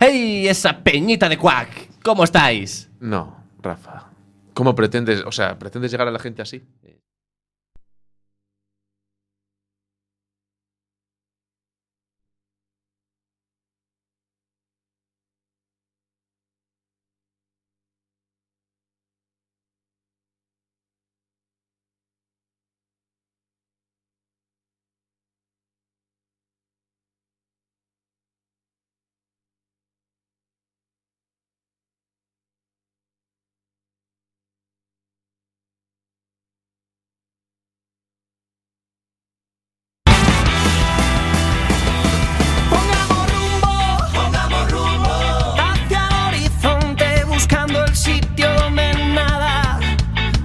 ¡Hey, esa peñita de cuac! ¿Cómo estáis? No, Rafa. ¿Cómo pretendes, o sea, pretendes llegar a la gente así? Pongamos rumbo, pongamos rumbo hacia el horizonte buscando el sitio donde nada,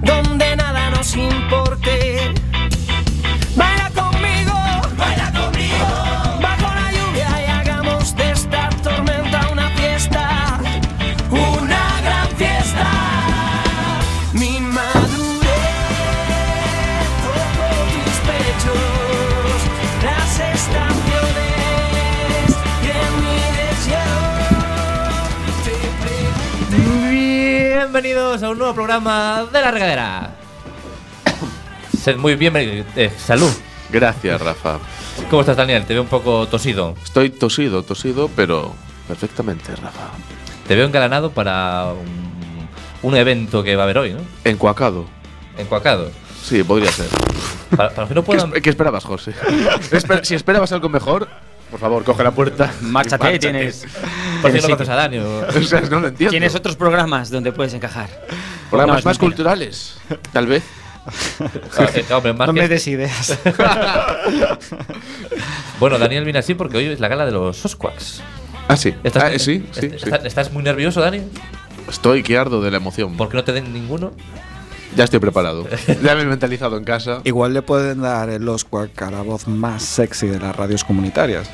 donde nada nos importe. Baila conmigo, baila conmigo bajo la lluvia y hagamos de esta tormenta una fiesta, una gran fiesta. Mi madurez toco tus pechos, las estaciones y en mi deseo te pregunto. Bienvenidos a un nuevo programa de La Regadera. Sed muy bienvenidos. Eh, salud. Gracias, Rafa. ¿Cómo estás, Daniel? Te veo un poco tosido. Estoy tosido, tosido, pero perfectamente, Rafa. Te veo engalanado para un, un evento que va a haber hoy, ¿no? Encuacado. Encuacado. Sí, podría ser. Para, para los que no ¿Qué, puedan... espe- qué esperabas, José? Espe- si esperabas algo mejor, por favor, coge la puerta. y Márchate, tienes. Por si tienes no conoces sitio. a Dani. o- O sea, no lo entiendo. Tienes otros programas donde puedes encajar. No, Programas es más mentira. culturales, tal vez. Ah, eh, hombre, más No que- me des ideas. Bueno, Daniel viene así porque hoy es la gala de los Sosquaks. Ah, sí. ¿Estás, Ah, eh, sí, sí, est- sí. está- ¿Estás muy nervioso, Dani? Estoy que ardo de la emoción. ¿Por qué no te den ninguno? Ya estoy preparado. Ya me he mentalizado en casa. Igual le pueden dar el Oscar a la voz más sexy de las radios comunitarias.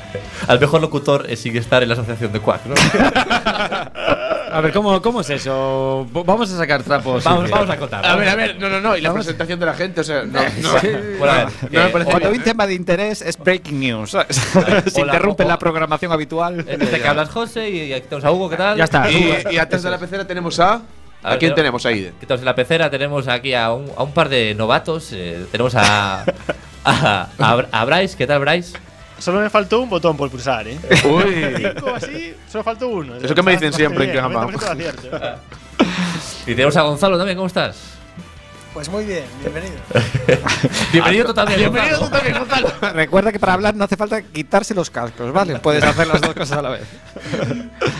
Al mejor locutor eh, sigue estar en la asociación de Quack, ¿no? A ver, ¿cómo, cómo es eso? V- Vamos a sacar trapos. vamos, vamos a contar. A ver, a ver, no, no, no. Y la presentación de la gente, o sea, no. no. Eh, Bueno, a ver, que- me parece Cuando hola, hay un tema de interés es breaking news. ¿sabes? Se hola, interrumpe o- la programación habitual. eh, Desde que hablas José y aquí tenemos a Hugo, ¿qué tal? Ya está. Y, y atrás de la pecera tenemos a. A ver, ¿A quién yo- tenemos ahí? ¿Qué tal? En la pecera tenemos aquí a un, a un par de novatos. eh, tenemos a, a, a, Br- a Bryce. ¿Qué tal, Bryce? Solo me faltó un botón por pulsar, ¿eh? Uy. Cinco así, solo faltó uno. Eso que me dicen siempre en este Gama. 90% de acierto. Y tenemos a Gonzalo también, ¿cómo estás? Pues muy bien, bienvenido. Bienvenido totalmente. Ah, Bienvenido Recuerda que para hablar no hace falta quitarse los cascos, ¿vale? Puedes hacer las dos cosas a la vez.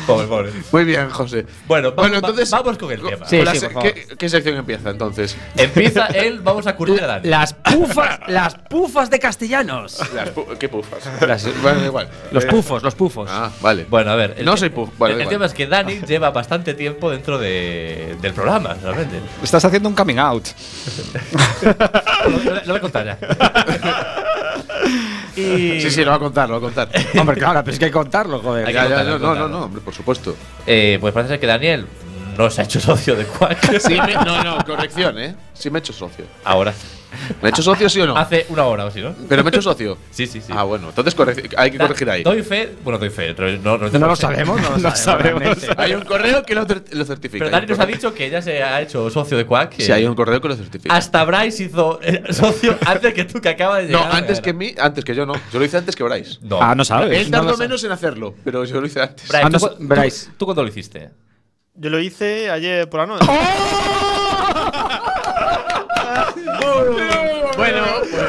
Pobre, pobre. Muy bien, José. Bueno, va- Bueno, va- entonces- vamos con el tema. Sí, Con la sí, se- por favor. ¿qué, qué sección empieza entonces? Empieza él, vamos a curtir a Dani. Las pufas, las pufas de castellanos. Las pu- ¿Qué pufas? Las- Bueno, da igual. Los Eh, pufos, los pufos. Ah, vale. Bueno, a ver. el No te- soy puff, bueno, el da el igual. tema es que Dani lleva bastante tiempo dentro de, del programa, realmente. Estás haciendo un coming out. Lo, lo- lo voy a contar ya. y. Sí, sí, lo va a contar, lo va a contar. Hombre, claro, pero es que hay que contarlo, joder. Hay que Ya, ya, no, contarlo, hay que no, no, contarlo. no, hombre, por supuesto. eh, pues parece ser que Daniel no se ha hecho socio de Quack. Sí, me- no, no, corrección, ¿eh? Sí me he hecho socio. Ahora. ¿Me he hecho socio sí o no? Hace una hora o así, ¿no? Pero me he hecho socio. Sí, sí, sí. Ah, bueno, entonces corre- hay que Da- corregir ahí. Doy fe. Bueno, doy fe. No, no, no- No lo sabemos, no lo sabemos. realmente. Hay un correo que lo, cer- lo certifica. Pero Hay Dani un nos ha correo- dicho que ya se ha hecho socio de Quack. eh, Sí, hay un correo que lo certifica. Hasta Bryce hizo eh, socio antes que tú, que acaba de No, llegar. antes que Granada. mí, antes que yo no. Yo lo hice antes que Bryce. No. Ah, no Pues, sabes. Él no tardó lo sabes. menos en hacerlo, pero yo lo hice antes. Bryce, Ah, no ¿tú, sé- cu- Bryce. tú- tú cuándo lo hiciste? Yo lo hice ayer por la noche. Bueno,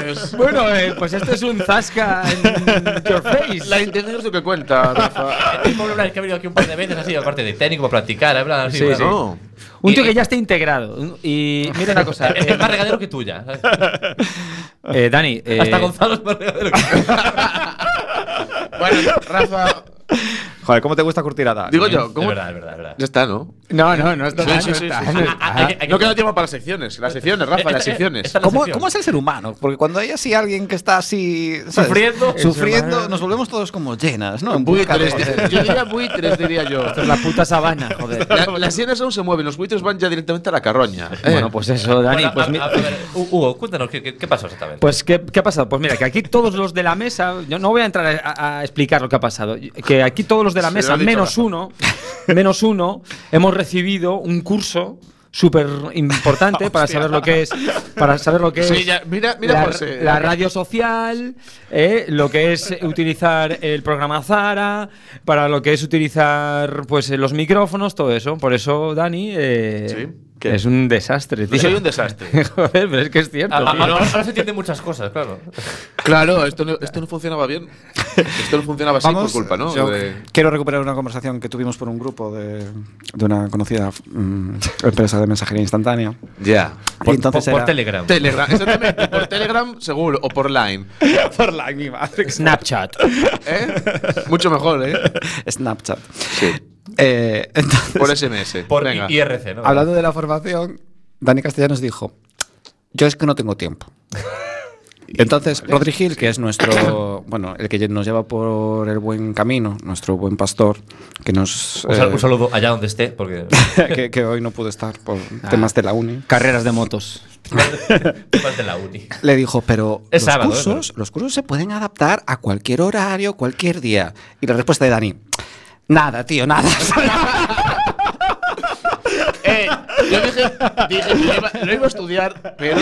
pues. Bueno, eh, pues esto es un zasca en your face. La intención es lo que cuenta, Rafa. El pobre Bryce que ha venido aquí un par de veces así, aparte de técnico para practicar, en plan, así, Sí, en plan, No. Un tío que ya está integrado. Y mira una cosa. Es que eh, es más regadero que tuya. ¿sabes? eh, Dani, eh, Hasta Gonzalo es más regadero que tuya. Bueno, Rafa. Joder, ¿cómo te gusta curtir a Dani? Digo yo, Es ¿cómo? verdad, es verdad, es verdad. Ya está, ¿no? No, no, no está. Sí, no sí, sí, está, sí, sí. no está. Ah, hay que- hay que- No queda tiempo para las secciones. Las secciones, Rafa, las Esta- secciones. esta es la ¿Cómo, sección. ¿Cómo es el ser humano? Porque cuando hay así alguien que está así ¿sabes? Sufriendo. sufriendo, nos volvemos todos como llenas, ¿no? En busca de- Buitres, este. yo diría buitres, diría yo. Esto es la puta sabana, joder. La- las hienas aún se mueven, los buitres van ya directamente a la carroña. eh. Bueno, pues eso, Dani. Bueno, pues, a- mi- a- a ver, Hugo, cuéntanos qué, qué- qué pasó exactamente. pues ¿qué, qué ha pasado? Pues mira, que aquí todos los de la mesa. Yo no voy a entrar a, a- a explicar lo que ha pasado. Que aquí todos los de la Se mesa, lo he dicho menos uno, menos uno, hemos recibido un curso súper importante para saber lo que es para saber lo que pues, Sí, es ya- mira- mira pues, eh, la, José. la radio social eh, lo que es eh, utilizar el programa Zara para lo que es utilizar pues eh, los micrófonos todo eso por eso Dani eh, Sí, ¿qué? es Pues un desastre tío. soy un Ah, desastre. Joder, pero es que es cierto A- a- tío. ahora Ah, ahora se entienden muchas cosas, claro. Claro, esto no, esto no funcionaba bien. Esto no funcionaba así por culpa, ¿no? yo De- Quiero recuperar una conversación que tuvimos por un grupo de, de una conocida mm, empresa de mensajería instantánea. Ya. Y Por, entonces por- por era- Telegram. Telegram, exactamente. Por Telegram, seguro. O por Line. Por la mi madre. Snapchat ¿Eh? Mucho mejor, ¿eh? Snapchat. Sí. Eh, entonces, Por SMS. Por Venga. I- IRC, ¿no? hablando de la formación, Dani Castellanos dijo: Yo es que no tengo tiempo. Entonces, Rodri Gil, que es nuestro, bueno, el que nos lleva por el buen camino, nuestro buen pastor, que nos. Un sal- eh, un saludo allá donde esté, porque que, que hoy no pudo estar por Ah. temas de la uni. carreras de motos parte de la uni. Le dijo, pero Es los, sábado, ¿eh? cursos, los cursos se pueden adaptar a cualquier horario, cualquier día. Y la respuesta de Dani, nada, tío, nada. Eh, yo dije, dije que lo iba, lo iba a estudiar, pero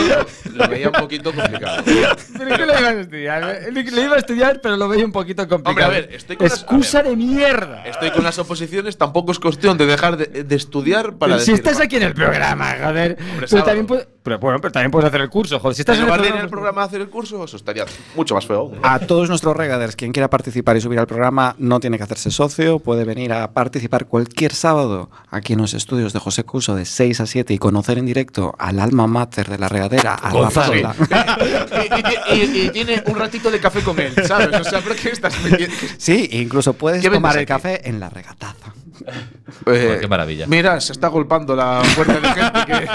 lo veía un poquito complicado. ¿Pero qué lo iba a estudiar? Lo iba a estudiar, pero lo veía un poquito complicado. Hombre, a ver, estoy con las- Excusa a de mierda. Estoy con las oposiciones, tampoco es cuestión de dejar de, de estudiar para si decir, estás aquí en el programa, joder. pero, sábado. también puedes, pero, bueno, pero también puedes hacer el curso, joder. Si estás En en el lugar de ir al programa, pues- programa a hacer el curso, eso estaría mucho más feo. aún, ¿no? A todos nuestros regaders, quien quiera participar y subir al programa, no tiene que hacerse socio, puede venir a participar cualquier sábado aquí en los estudios de José Cuso de 6 a 7 y conocer en directo al alma mater de la regadera, a Rafa Gonzalo. Sola. Y, y- y- y tiene un ratito de café con él, ¿sabes? O sea, ¿pero qué estás metiendo? Sí, e incluso puedes ¿Qué vendes tomar el aquí? café en la regataza. Eh, qué maravilla. Mira, se está golpando la puerta de gente que.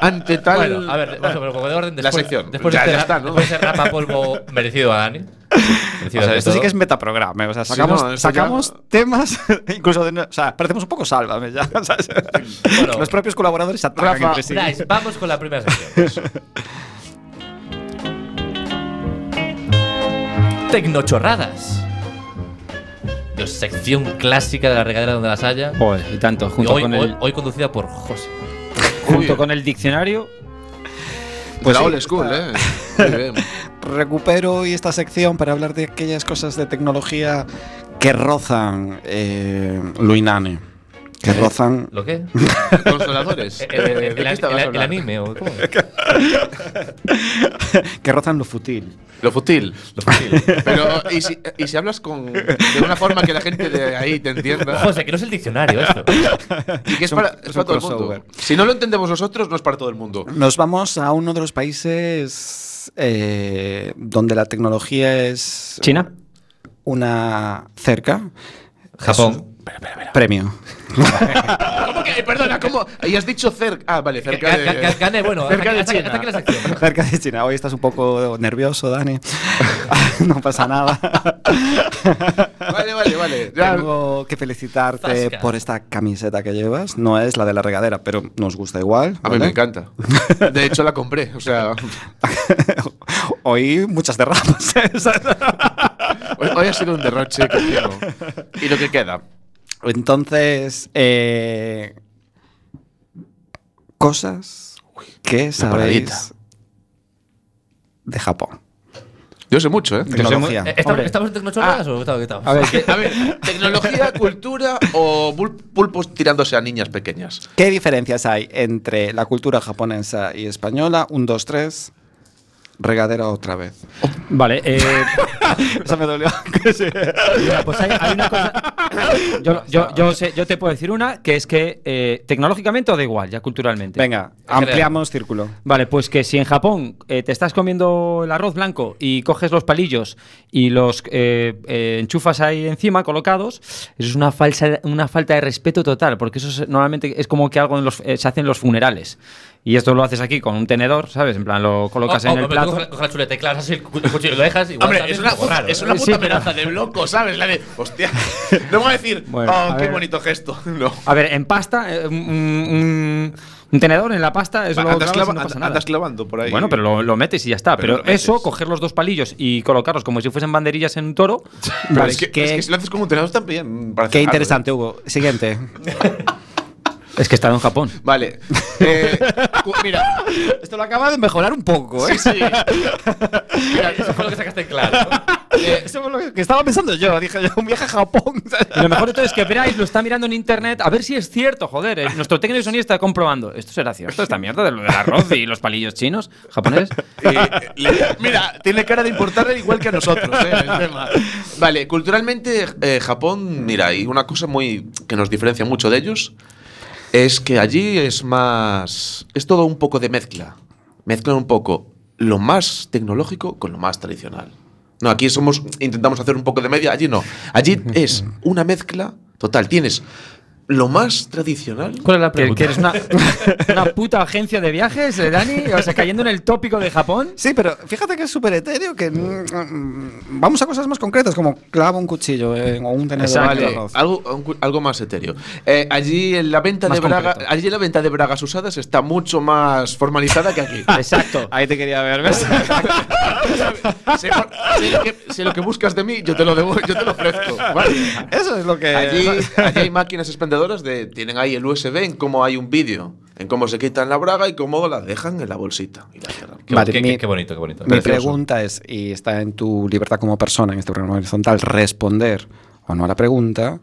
Ante tal. Bueno, a ver, vamos a ver, como de orden La después, sección. Después Ya- de este ya ra- está, ¿no? después de ese rapa polvo merecido a Dani. merecido O sea, ante esto sí todo. que es metaprograma. O sea, Sí, sacamos, no, esto ya- sacamos temas, incluso de. no- O sea, parecemos un poco sálvame ya. ¿sabes? Bueno. Los propios colaboradores se atacan Rafa, entre sí. Nice, vamos con la primera sección. Tecnochorradas. Dios, sección clásica de la regadera donde las haya. Joder, y tanto, Y junto, hoy, con, hoy- el, hoy conducida por José. junto con el diccionario. Pues la old school, ¿eh? Muy bien. Recupero hoy esta sección para hablar de aquellas cosas de tecnología que rozan eh, lo inane. Que rozan. ¿Lo qué? Consoladores. ¿El, Eh, el- ¿de el- qué el- estabas el- el hablando? anime o cómo? Que rozan lo futil. Lo futil. Pero, ¿y si, y si hablas con, de una forma que la gente de ahí te entienda? José, que no es el diccionario esto. Y que es un- para, es es para un todo el mundo. crossover. Si no lo entendemos nosotros, no es para todo el mundo. Nos vamos a uno de los países eh, donde la tecnología es China. una cerca. Japón. Premio. ¿Cómo que? Perdona, ¿cómo? Y has dicho cerca. Ah, vale, cerca Ga- ga- de. Gané, bueno, cerca de hasta aquí- China. hasta aquí la sección. Cerca de China. Hoy estás un poco nervioso, Dani. no pasa nada. Vale, vale, vale. Ya. Tengo que felicitarte Zasca. por esta camiseta que llevas. No es la de la regadera, pero nos gusta igual. A mí me ¿vale? encanta. De hecho, la compré. O sea, Oí muchas derramas. ¿eh? hoy, hoy ha sido un derroche continuo. Y lo que queda. Entonces, eh, cosas que paradita. sabéis de Japón. Yo sé mucho, ¿eh? Tecnología. Eh, ¿Estamos, Hombre. Ah. ¿Estamos en Tecnochorradas o estamos? estamos? A ver, que- A ver, tecnología, cultura o bul- pulpos tirándose a niñas pequeñas. ¿Qué diferencias hay entre la cultura japonesa y española? Un, dos, tres. Regadera otra vez. vale, eh, Esa me dolió. mira, pues hay, hay una cosa. Yo, yo, yo, sé- yo te puedo decir una, que es que eh, tecnológicamente o da igual, ya culturalmente. Venga, ampliamos círculo. Vale, pues que si en Japón eh, te estás comiendo el arroz blanco y coges los palillos y los eh, eh, enchufas ahí encima colocados, eso es una, falsa, una falta de respeto total, porque eso es- normalmente es como que algo en los, eh, se hace en los funerales. Y esto lo haces aquí con un tenedor, ¿sabes? En plan, lo colocas Oh, en oh, el hombre, tú plato. Coge, coge la chuleta y clavas así el cu- el cuchillo y lo dejas. Igual Hombre, también es una, un poco puta- raro, es una ¿eh? Sí, puta pero- amenaza de loco, ¿sabes? La de, hostia, no voy a decir, Bueno, oh, a qué ver. bonito gesto. No. A ver, en pasta, eh, un, un- Un tenedor en la pasta, eso Va, lo andas, clavas y clava- no pasa and- nada. andas clavando por ahí. Bueno, pero lo, lo metes y ya está. Pero Pero, lo metes. eso, coger los dos palillos y colocarlos como si fuesen banderillas en un toro. Pero Vale, es, que, qué- es que si lo haces como un tenedor también. parece Qué raro, ¿eh? interesante, Hugo. Siguiente. Es que he estado en Japón. ¿eh? Vale. Eh, cu- mira, Esto lo acaba de mejorar un poco, ¿eh? sí, sí. Mira, eso fue lo que sacaste en claro. Eso fue lo que estaba pensando yo. Dije, yo, un viaje a Japón. Y lo mejor de todo es que Bryce lo está mirando en internet a ver si es cierto, joder. eh. Nuestro técnico de sonido está comprobando. ¿Esto será cierto? ¿Esta mierda de lo del arroz y los palillos chinos, japoneses? Eh, le- mira, tiene cara de importarle igual que a nosotros. eh, el tema. Vale, culturalmente eh, Japón, mira, y una cosa muy que nos diferencia mucho de ellos es que allí es más, es todo un poco de mezcla, mezclan un poco lo más tecnológico con lo más tradicional. No, aquí somos intentamos hacer un poco de media, allí no. Allí es una mezcla total. Tienes lo más tradicional ¿Cuál es la ¿Que, pregunta? que eres una, una puta agencia de viajes, eh, Dani? O sea, cayendo en el tópico de Japón. Sí, pero fíjate que es súper etéreo. Que mm, vamos a cosas más concretas, como clava un cuchillo en- o un tenedor. en el Vale, arroz. algo, un- algo más etéreo. Eh, allí, en la venta Más de braga, concreto. allí la venta de bragas usadas está mucho más formalizada que aquí. Exacto. Ahí te quería ver, ¿ves? sé, sé lo que, sé lo que buscas de mí, yo te lo, debo- yo te lo ofrezco. ¿vale? Eso es lo que. Allí, allí hay máquinas expendedoras de tienen ahí el USB en cómo hay un vídeo, en cómo se quitan la braga y cómo la dejan en la bolsita. y la cierran. Qué, Vale, qué- mi- qué- qué bonito, qué bonito. Mi pregunta es, y está en tu libertad como persona en este programa horizontal, responder o no a la pregunta,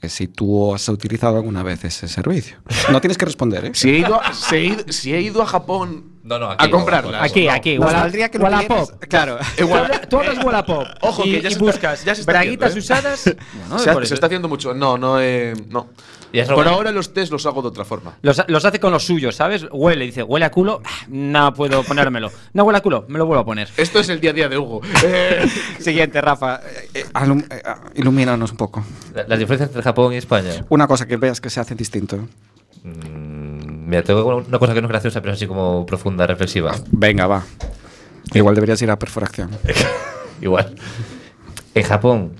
que si tú has utilizado alguna vez ese servicio. No tienes que responder, ¿eh? Si he ido, a- si he ido- si he ido a Japón No, no, aquí a no, comprarlas. Aquí, aquí. Nos Walla- valdría que lo Wallapop. leyeras. Claro. Tú hablas- Tú hablas Wallapop. Ojo, que y, ya y se está- buscas ya se está braguitas haciendo, ¿eh? usadas. Bueno, se, ha- por se eso. está haciendo mucho. No, no, eh, no. Y es Por lo- ahora los test los hago de otra forma. Los, los hace con los suyos, ¿sabes? Huele, dice, huele a culo. Ah, No puedo ponérmelo. No huele a culo, me lo vuelvo a poner. Esto es el día a día de Hugo. Eh, Siguiente, Rafa. Eh, ah, ilumínanos un poco. La- Las diferencias entre Japón y España. Una cosa que veas que se hace distinto. Mm, Mira, tengo una cosa que no es graciosa, pero es así como profunda, reflexiva. Venga, va. Igual deberías ir a perforación. Eh. Igual. En Japón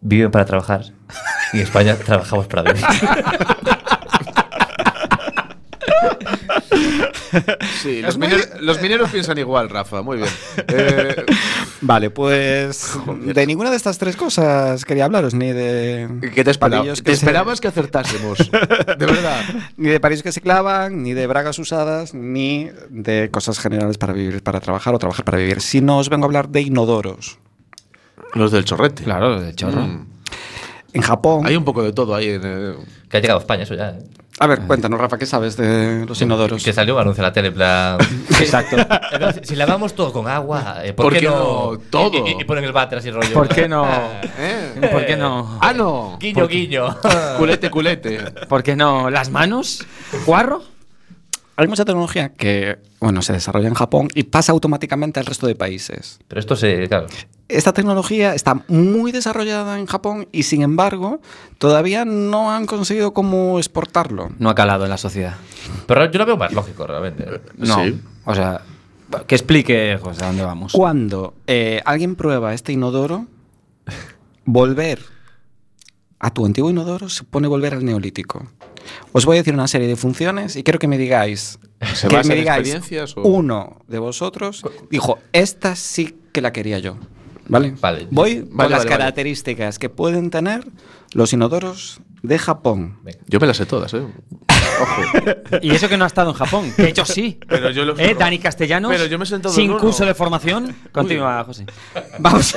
viven para trabajar y en España trabajamos para vivir. sí, los, miner- los mineros piensan igual, Rafa. Muy bien. Eh, Vale, pues de ninguna de estas tres cosas quería hablaros, ni de... ¿Qué te esperabas? palillos ¿Te que se- esperabas que acertásemos? De verdad. Ni de paris que se clavan, ni de bragas usadas, ni de cosas generales para vivir, para trabajar o trabajar para vivir. Si no os vengo a hablar de inodoros. Los del chorrete. Claro, de chorro. Mm. En Japón. Hay un poco de todo ahí en. eh, Que ha llegado a España, eso ya. ¿eh? A ver, cuéntanos, Rafa, ¿qué sabes de los inodoros? Que salió un anuncio en la tele, en plan. Exacto. si lavamos todo con agua, eh, ¿por, ¿Por qué, qué no? no todo? Y, y- y ponen el váter así rollo. ¿Por qué no? ¿eh? ¿Por qué no? ¡Ah, no! Guiño, guiño. Culete, culete. ¿Por qué no? ¿Las manos? ¿Cuarro? Hay mucha tecnología que, bueno, se desarrolla en Japón y pasa automáticamente al resto de países. Pero esto se. Claro. Esta tecnología está muy desarrollada en Japón y, sin embargo, todavía no han conseguido cómo exportarlo. No ha calado en la sociedad. Pero yo lo veo más lógico, realmente. No. Sí. O sea, que explique, José, a dónde vamos. Cuando eh, alguien prueba este inodoro, volver a tu antiguo inodoro supone volver al neolítico. Os voy a decir una serie de funciones y quiero que me digáis, ¿Se que basa me en digáis experiencias o- uno de vosotros dijo, esta sí que la quería yo. ¿Vale? Vale. Voy con Vale, las vale, vale. características que pueden tener los inodoros de Japón. Yo me las sé todas, ¿eh? Ojo. Y eso que no ha estado en Japón, que yo sí. Pero yo lo- ¿Eh, Dani Castellanos? Pero yo me he sentado en Sin uno. curso de formación. Continúa, José. Vamos,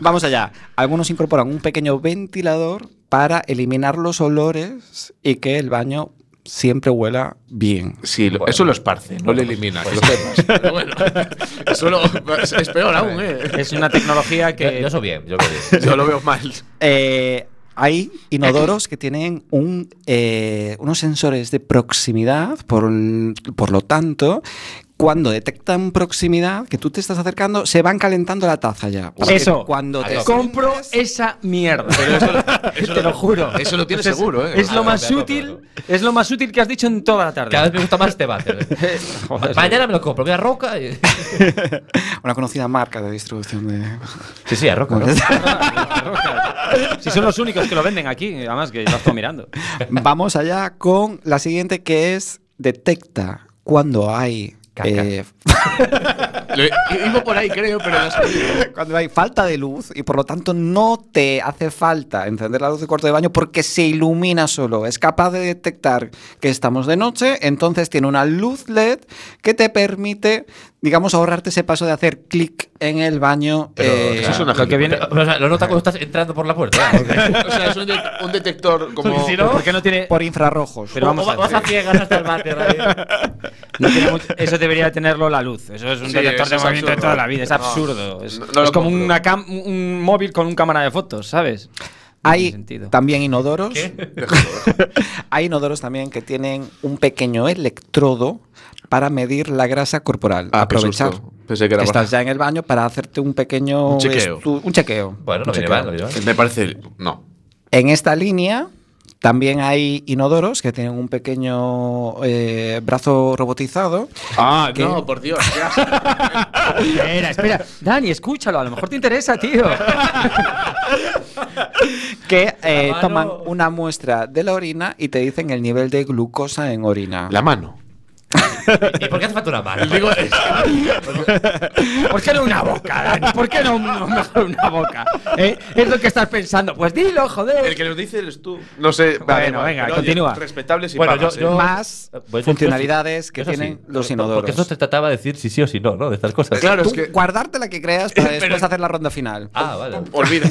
vamos allá. Algunos incorporan un pequeño ventilador para eliminar los olores y que el baño siempre huela bien. Sí, lo- eso lo esparce, no lo elimina. que lo sepas. Pero bueno, eso lo- es peor aún, ¿eh? Es una tecnología Yo, que. yo soy bien, yo creo bien. Yo lo veo mal. Eh, hay inodoros que tienen un, eh, unos sensores de proximidad, por, l- por lo tanto, cuando detectan proximidad, que tú te estás acercando, se van calentando la taza ya. Para que Eso. Cuando te Compro esa mierda. te lo juro. eso lo tienes Entonces, seguro, ¿eh? Es lo Ah, más de acuerdo. útil, es lo más útil que has dicho en toda la tarde. Cada vez me gusta más este váter. Joder. Mañana me lo compro, voy a Roca. y- Una conocida marca de distribución de. Sí, sí, a Roca. ¿no? Si son los únicos que lo venden aquí, además que lo estoy mirando. Vamos allá con la siguiente que es detecta cuando hay Caca. eh, Lo- iba por ahí, creo, pero no sé. cuando hay falta de luz y por lo tanto no te hace falta encender la luz del cuarto de baño porque se ilumina solo. Es capaz de detectar que estamos de noche, entonces tiene una luz LED que te permite, digamos, ahorrarte ese paso de hacer clic en el baño. Pero eh, eso es una lo que viene- O sea, lo nota cuando estás entrando por la puerta. ¿eh? O sea, es un, de- un detector como. Si no- ¿Por qué no tiene por infrarrojos. Pero vamos O- o a vas a ciegas hasta el váter. ahí. No tiene mucho- eso debería tenerlo la luz. Eso es un Sí, detector eso de es movimiento de absurdo. toda la vida. Es No, absurdo. es no- no lo es como compro. una cam- un móvil con un cámara de fotos, ¿sabes? No tiene Hay sentido. también inodoros. ¿Qué? Hay inodoros también que tienen un pequeño electrodo para medir la grasa corporal. Ah, qué aprovechar. susto. Pensé que era Estás ya en el baño para hacerte un pequeño Un chequeo. estu- un chequeo. Bueno, Un no viene chequeo. mal, no viene mal. Me parece. No. En esta línea también hay inodoros que tienen un pequeño eh, brazo robotizado. Ah, ¿Qué? no, por Dios. qué asco. Espera, espera. Dani, escúchalo. A lo mejor te interesa, tío. que eh, mano. toman una muestra de la orina y te dicen el nivel de glucosa en orina. La mano. ¿Y por qué hace falta una mano? ¿Por qué no una boca, Dani? ¿Por qué no, no mejor una boca? ¿Eh? Es lo que estás pensando. Pues dilo, joder. El que nos dice eres tú. No sé. Bueno, venga, continúa. Respetables y Bueno, pagas, yo- yo- ¿eh? Más Pues yo- funcionalidades que Eso sí, tienen los por- por- inodoros. Porque eso te trataba de decir si sí o si no, ¿no? De estas cosas. Claro, Tú es que. guardarte la que creas para después hacer la ronda final. Ah, vale. Olvida.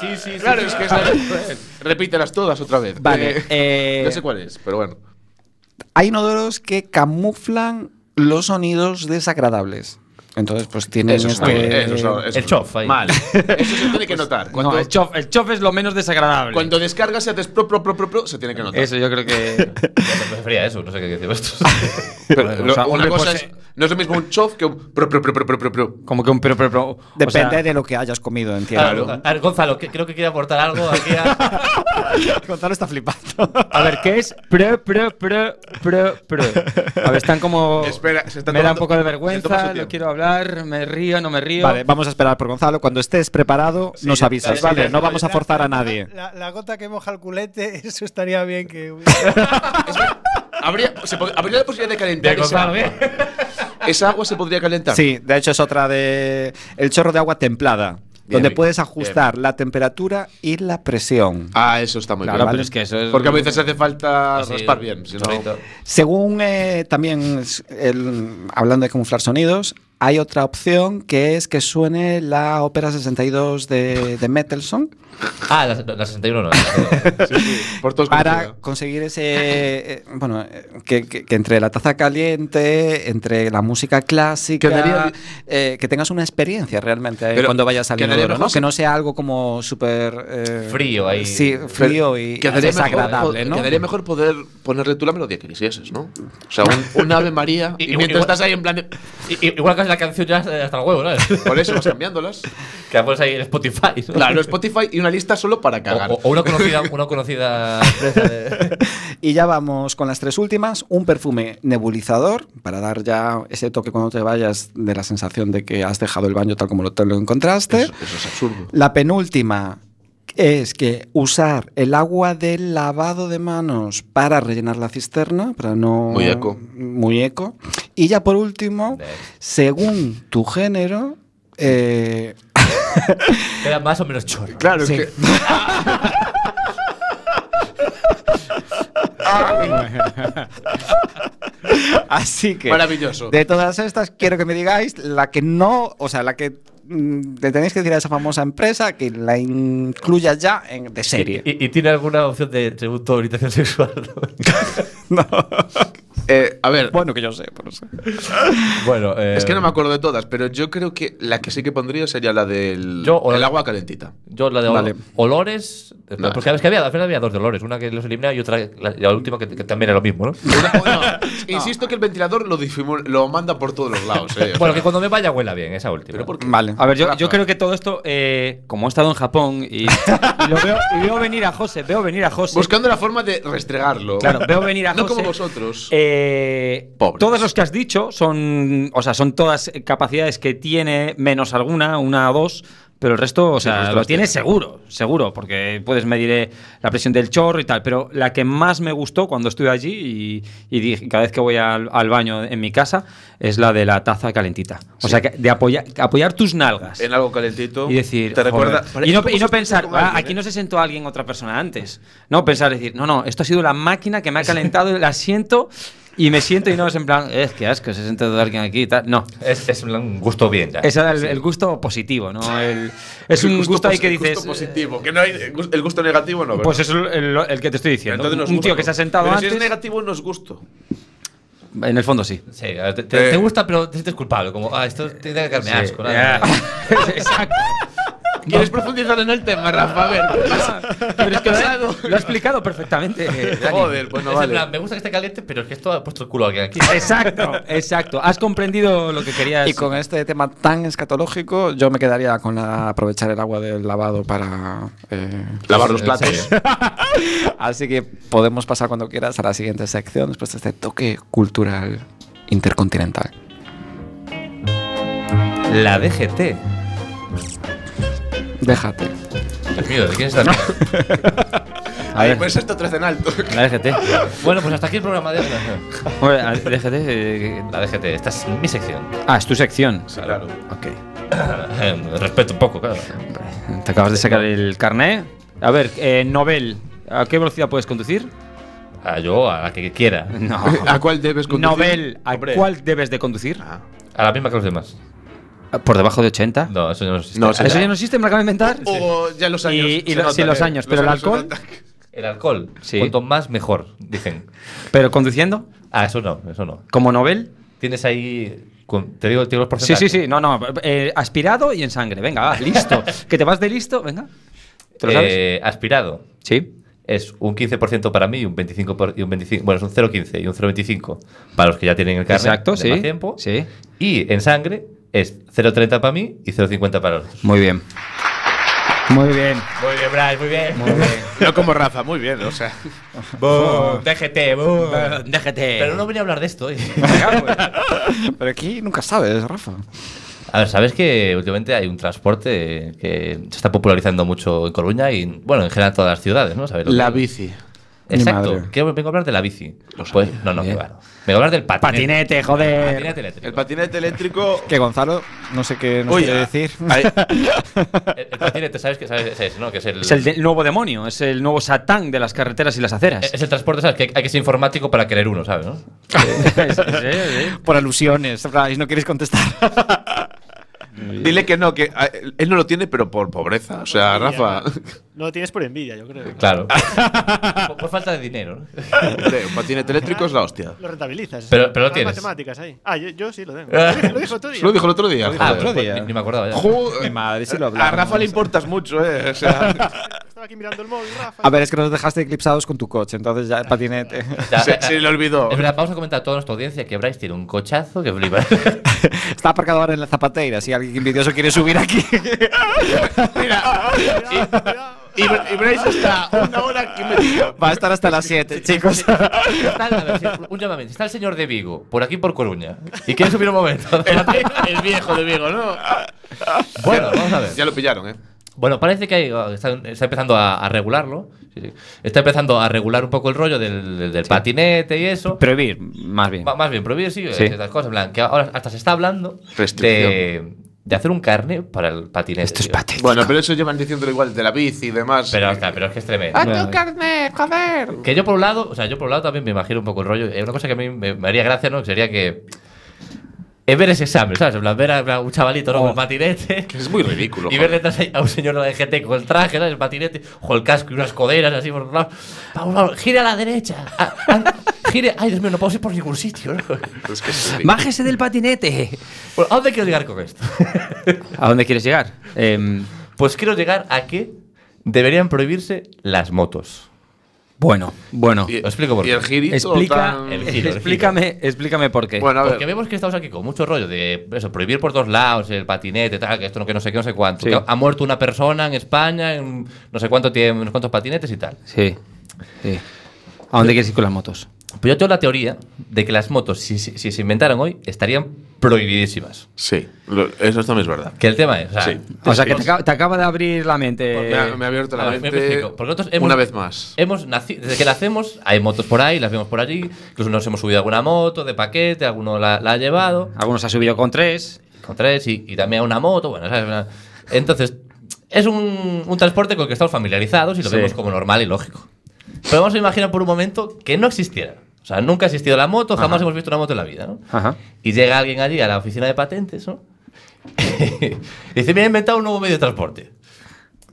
Sí, sí, sí. claro, es que. es- Repítelas todas otra vez. Vale, Eh, eh, no sé cuál es, pero bueno. Hay inodoros que camuflan los sonidos desagradables. Entonces, pues tienen Eso es este- horrible, eso es horrible. El chof ahí. Mal. Eso se tiene que notar. Cuando, No, el chof, el chof es lo menos desagradable. cuando descargas y haces pro, pro, pro, pro, pro, se tiene que notar. Eso yo creo que. Me refería a eso, no sé qué decir esto. Pero Bueno, lo- o sea, una hombre, cosa pues, es, no es lo mismo un chof que un pro, pro, pro, pro, pro, pro, pro. Como que un pero, pero, pero. o Depende sea, de lo que hayas comido, entiendo. Claro. A ver, Gonzalo, que- creo que quiere aportar algo aquí a... Gonzalo está flipando. A ver, ¿qué es? Pro, pro, pro, pro, pro. A ver, están como. Espera, se está me da un tomando- poco de se toma su vergüenza, lo tiempo. quiero hablar, me río, no me río. Vale, vamos a esperar por Gonzalo. Cuando estés preparado, nos avisas, ya, ¿vale? ya, no vamos a forzar a nadie. La, la gota que moja el culete, eso estaría bien que. Habría, se po- habría la posibilidad de calentar Bien, esa Gonzalo, agua. bien. Esa agua se podría calentar. Sí, de hecho es otra de el chorro de agua templada, donde bien, puedes ajustar la temperatura y la presión. Ah, eso está muy Claro, bien. pero es que eso es- Porque a veces hace falta Sí, raspar bien. Si no, correcto. Según eh, también es- el- hablando de camuflar sonidos, hay otra opción que es que suene la ópera 62 de, de Mendelssohn Ah, la, la 61 no. la- por todos para conocido. conseguir ese eh, bueno eh, que, que- que entre la taza caliente, entre la música clásica, Quedaría bi- eh, que tengas una experiencia realmente eh, Pero cuando vayas al quedaría inodoro, ¿no? mejor- que no sea algo como súper eh, Frío ahí. sí, frío y Quedaría mejor- desagradable, po- ¿no? Quedaría mejor poder ponerle tú la melodía que quisieses, ¿no? O sea, un, un Ave María y, Y- mientras igual- estás ahí en plan de... I- i- Igual que la canción ya hasta el huevo, ¿sabes? Por eso vas cambiándolas. Que la pones ahí en Spotify. ¿no? Claro, Spotify y una lista solo para cagar. O, o- o una conocida, una conocida empresa de. Y ya vamos con las tres últimas. Un perfume nebulizador para dar ya ese toque cuando te vayas de la sensación de que has dejado el baño tal como lo, te lo encontraste. Eso, eso es absurdo. La penúltima es que usar el agua del lavado de manos para rellenar la cisterna, para no... Muy eco. Muy eco. Y ya por último, según tu género... eh, Era más o menos chorro. Claro, Sí. es que. Ah, así que... Maravilloso. De todas estas, quiero que me digáis la que no, o sea, la que mm, le tenéis que decir a esa famosa empresa que la incluya ya en, de serie. ¿Y, y tiene alguna opción de según tu orientación sexual? ¿no? No. Eh, a ver, Bueno, que yo sé, pero sé. Bueno, eh, es que no me acuerdo de todas, pero yo creo que la que sí que pondría sería la del Yo, o- el agua calentita. Yo la de ol- Vale. olores. eh, No. Porque sabes que había, al final había dos de olores. Una que los eliminaba y otra, la, la última que, que también era lo mismo, ¿no? Una- una- Insisto que el ventilador lo, difumo- lo manda por todos los lados. eh, o Bueno, sea. que cuando me vaya huela bien, esa última. ¿Pero por qué? Vale. A ver, yo, yo creo que todo esto, eh, como he estado en Japón y, y lo veo, y veo venir a José, veo venir a José. Buscando la forma de restregarlo. Claro, veo venir a No José. como vosotros. Eh, Pobres. todas los que has dicho son, o sea, son todas capacidades que tiene, menos alguna, una o dos, pero el resto, o sea, resto lo las tiene tiene. seguro, seguro, porque puedes medir eh, la presión del chorro y tal. Pero la que más me gustó cuando estuve allí y, y dije- cada vez que voy al, al baño en mi casa es la de la taza calentita. O sea, que de apoyar, apoyar tus nalgas. en algo calentito. Y decir, Te recuerda. joder. Y no, y no pensar, "Ah, aquí no se sentó alguien, otra persona antes. No, pensar, decir, no, no, esto ha sido la máquina que me ha calentado el asiento y me siento y no es en plan, "Eh, es que asco, se sentó alguien aquí y tal. No. Es, es un gusto bien ya. Ese era el, el gusto positivo, ¿no? El- es un gusto, ahí que dices. Gusto positivo. Que no hay, el gusto negativo no. eh, ¿verdad? Pues es el, el- el que te estoy diciendo. Entonces no es un tío gusto. que se ha sentado Pero Si es antes. negativo, no es gusto. en el fondo sí. Sí, a ver, te, te- Eh. te gusta, pero te sientes culpable. Como, ah, esto tiene que darme asco. nada, nada. Exacto. ¿Quieres profundizar en el tema, Rafa? A ver, ¿qué pasa? Pero es que lo, he- Claro. lo ha explicado perfectamente. eh, Dani. Joder, bueno, Es en vale. plan, me gusta que esté caliente, pero es que esto ha puesto el culo a alguien aquí. Exacto, exacto. Has comprendido lo que querías. Y con este tema tan escatológico, yo me quedaría con la- aprovechar el agua del lavado para. eh, pues, Lavar los platos. así que podemos pasar cuando quieras a la siguiente sección después de este toque cultural intercontinental. La DGT. Déjate. Dios mío, ¿de quién es la A ver. Pues esto tres en alto. La DGT. Bueno, pues hasta aquí el programa de hoy. Hombre, a- DGT. eh, La DGT, esta es mi sección. ah, es tu sección. Claro. Ok. Eh, Respeto un poco, claro. Te acabas de sacar el carné. A ver, eh, Nobel, ¿a qué velocidad puedes conducir? A yo, a la que quiera. No. ¿A cuál debes conducir? Nobel, ¿a Hombre. cuál debes de conducir? Ah. A la misma que los demás. Ah, ¿Por debajo de 80? No, eso no existe. No, sí. Eso ya no existe, me lo acabo de inventar. O ya los Y- años. y se lo- sí, nota, los eh. años, pero el años se alcohol- nota. El alcohol. Sí. Cuanto más, mejor, dicen. Pero conduciendo, Ah, eso no, eso no. como Nobel. Tienes ahí. con- te digo, te digo los Sí, porcentajes. sí, sí, no, no. eh, aspirado y en sangre, venga, va, listo. que te vas de listo, venga. ¿Te lo sabes? Eh, aspirado sí. es un 15% para mí y un 25%. por- y un 25 bueno, es un 0,15 y un 0,25 para los que ya tienen el carnet Exacto, de sí. más tiempo. Sí. Y en sangre es 0,30 para mí y 0,50 para los otros. Muy bien. Muy bien. Muy bien, Bryce, muy bien. Muy No como Rafa, muy bien, o sea. DGT, Déjate. Pero no venía a hablar de esto. eh. Pero aquí nunca sabes, Rafa. A ver, sabes que últimamente hay un transporte que se está popularizando mucho en Coruña y, bueno, en general en todas las ciudades, ¿no? ¿Sabes lo que- bici. Mi Exacto. madre. Quiero, vengo a hablar de la bici. Pues, no, no, Bien. claro. Vengo a hablar del patinete. Patinete, joder. Patinete eléctrico. El patinete eléctrico. Que Gonzalo, no sé qué nos Oye, quiere decir. ahí- El- el patinete, ¿sabes qué sabes? Es ese, ¿no? Que es el, Es el de- nuevo demonio, es el nuevo satán de las carreteras y las aceras. es el transporte, ¿sabes? Que hay, hay que ser informático para querer uno, ¿sabes? no? Por alusiones, Bryce, no quieres contestar. Dile que no, que a- él no lo tiene, pero por pobreza. O sea, Ah, Rafa. No lo tienes por envidia, yo creo. Claro. Ah. por, por falta de dinero. ¿no? Hombre, un patinete eléctrico es la hostia. Lo rentabilizas. Pero- pero lo Hay tienes. matemáticas ahí. Ah, yo, yo sí lo tengo. Ah. Lo dijo tú. Se lo dijo el otro día. Ah, joder. pues, ni, ni me acordaba ya. Ju- Mi madre, sí lo A hablamos. Rafa le importas mucho, eh. O sea, Estaba aquí mirando el móvil, Rafa. A ver, es que nos dejaste eclipsados con tu coche, entonces ya el patinete. Ya, se, eh, se le olvidó. Es verdad, vamos a comentar a toda nuestra audiencia que Bryce tiene un cochazo que flipa. Está aparcado ahora en la zapateira, si alguien envidioso quiere subir aquí. Mira, y, y, y Bryce está una hora aquí metido. Va a estar hasta las 7, chicos. Está, a ver, sí, un llamamiento. Está el señor de Vigo, por aquí por Coruña. Y quiere subir un momento. El viejo de Vigo, ¿no? bueno, vamos a ver. Ya lo pillaron, eh. Bueno, parece que hay- oh, está, está empezando a, a regularlo. Sí, sí. Está empezando a regular un poco el rollo del, del- del patinete y eso. Prohibir, más bien. Ma- más bien prohibir, sí, Sí. estas cosas. En plan, que ahora hasta se está hablando de, Restricción. de hacer un carne para el patinete. Esto es tío. patético. Bueno, pero eso llevan diciéndolo igual de la bici y demás. Pero, o sea, pero es que es tremendo. Que yo por un lado, o sea, yo por un lado también me imagino un poco el rollo. Eh, Una cosa que a mí me, me haría gracia, ¿no? Que sería que. Es ver ese examen, ¿sabes? En plan, ver a en plan, un chavalito ¿no? con el patinete. Oh. Es muy ridículo. Y ver detrás a un señor de la DGT con el traje, ¿sabes? el patinete, ojo, el casco y unas coderas así por los lados. Vamos, vamos, gira a la derecha. Ah, ah, gire. Ay, Dios mío, no puedo ir por ningún sitio. ¿no? Es que sí. ¡Bájese del patinete! Bueno, ¿A dónde quiero llegar con esto? ¿A dónde quieres llegar? Em, Pues quiero llegar a que deberían prohibirse las motos. bueno, bueno. Y- Os explico por Y qué. el girito Explica, tan- El giro, el explícame, explícame por qué. Bueno, a ver. Porque vemos que estamos aquí con mucho rollo de eso, prohibir por todos lados el patinete, tal, que esto no que no sé qué, no sé cuánto. Sí. Que ha muerto una persona en España, en no sé cuánto tiene, unos cuantos patinetes y tal. Sí, sí. ¿A dónde quieres ir con las motos? Pero yo tengo la teoría de que las motos, si, si- si se inventaran hoy, estarían prohibidísimas. Sí, lo- eso también es verdad. Que el tema es. o sea, Sí. Pues O sea, que te acaba, te acaba de abrir la mente. Me ha, me ha abierto a la ver, Eh, me mente explico. Porque nosotros hemos- una vez más. Hemos naci- desde que nacemos, hay motos por ahí, las vemos por allí. Incluso nos hemos subido a alguna moto de paquete, alguno la, la ha llevado. Algunos ha subido con tres. con tres y, y también a una moto, bueno, ¿sabes? Una- Entonces, es un, un transporte con el que estamos familiarizados y lo Sí. vemos como normal y lógico. Pero vamos a imaginar por un momento que no existiera. O sea, nunca ha existido la moto, jamás hemos visto una moto en la vida, ¿no? Ajá. Y llega alguien allí a la oficina de patentes, ¿no? y dice, me he inventado un nuevo medio de transporte.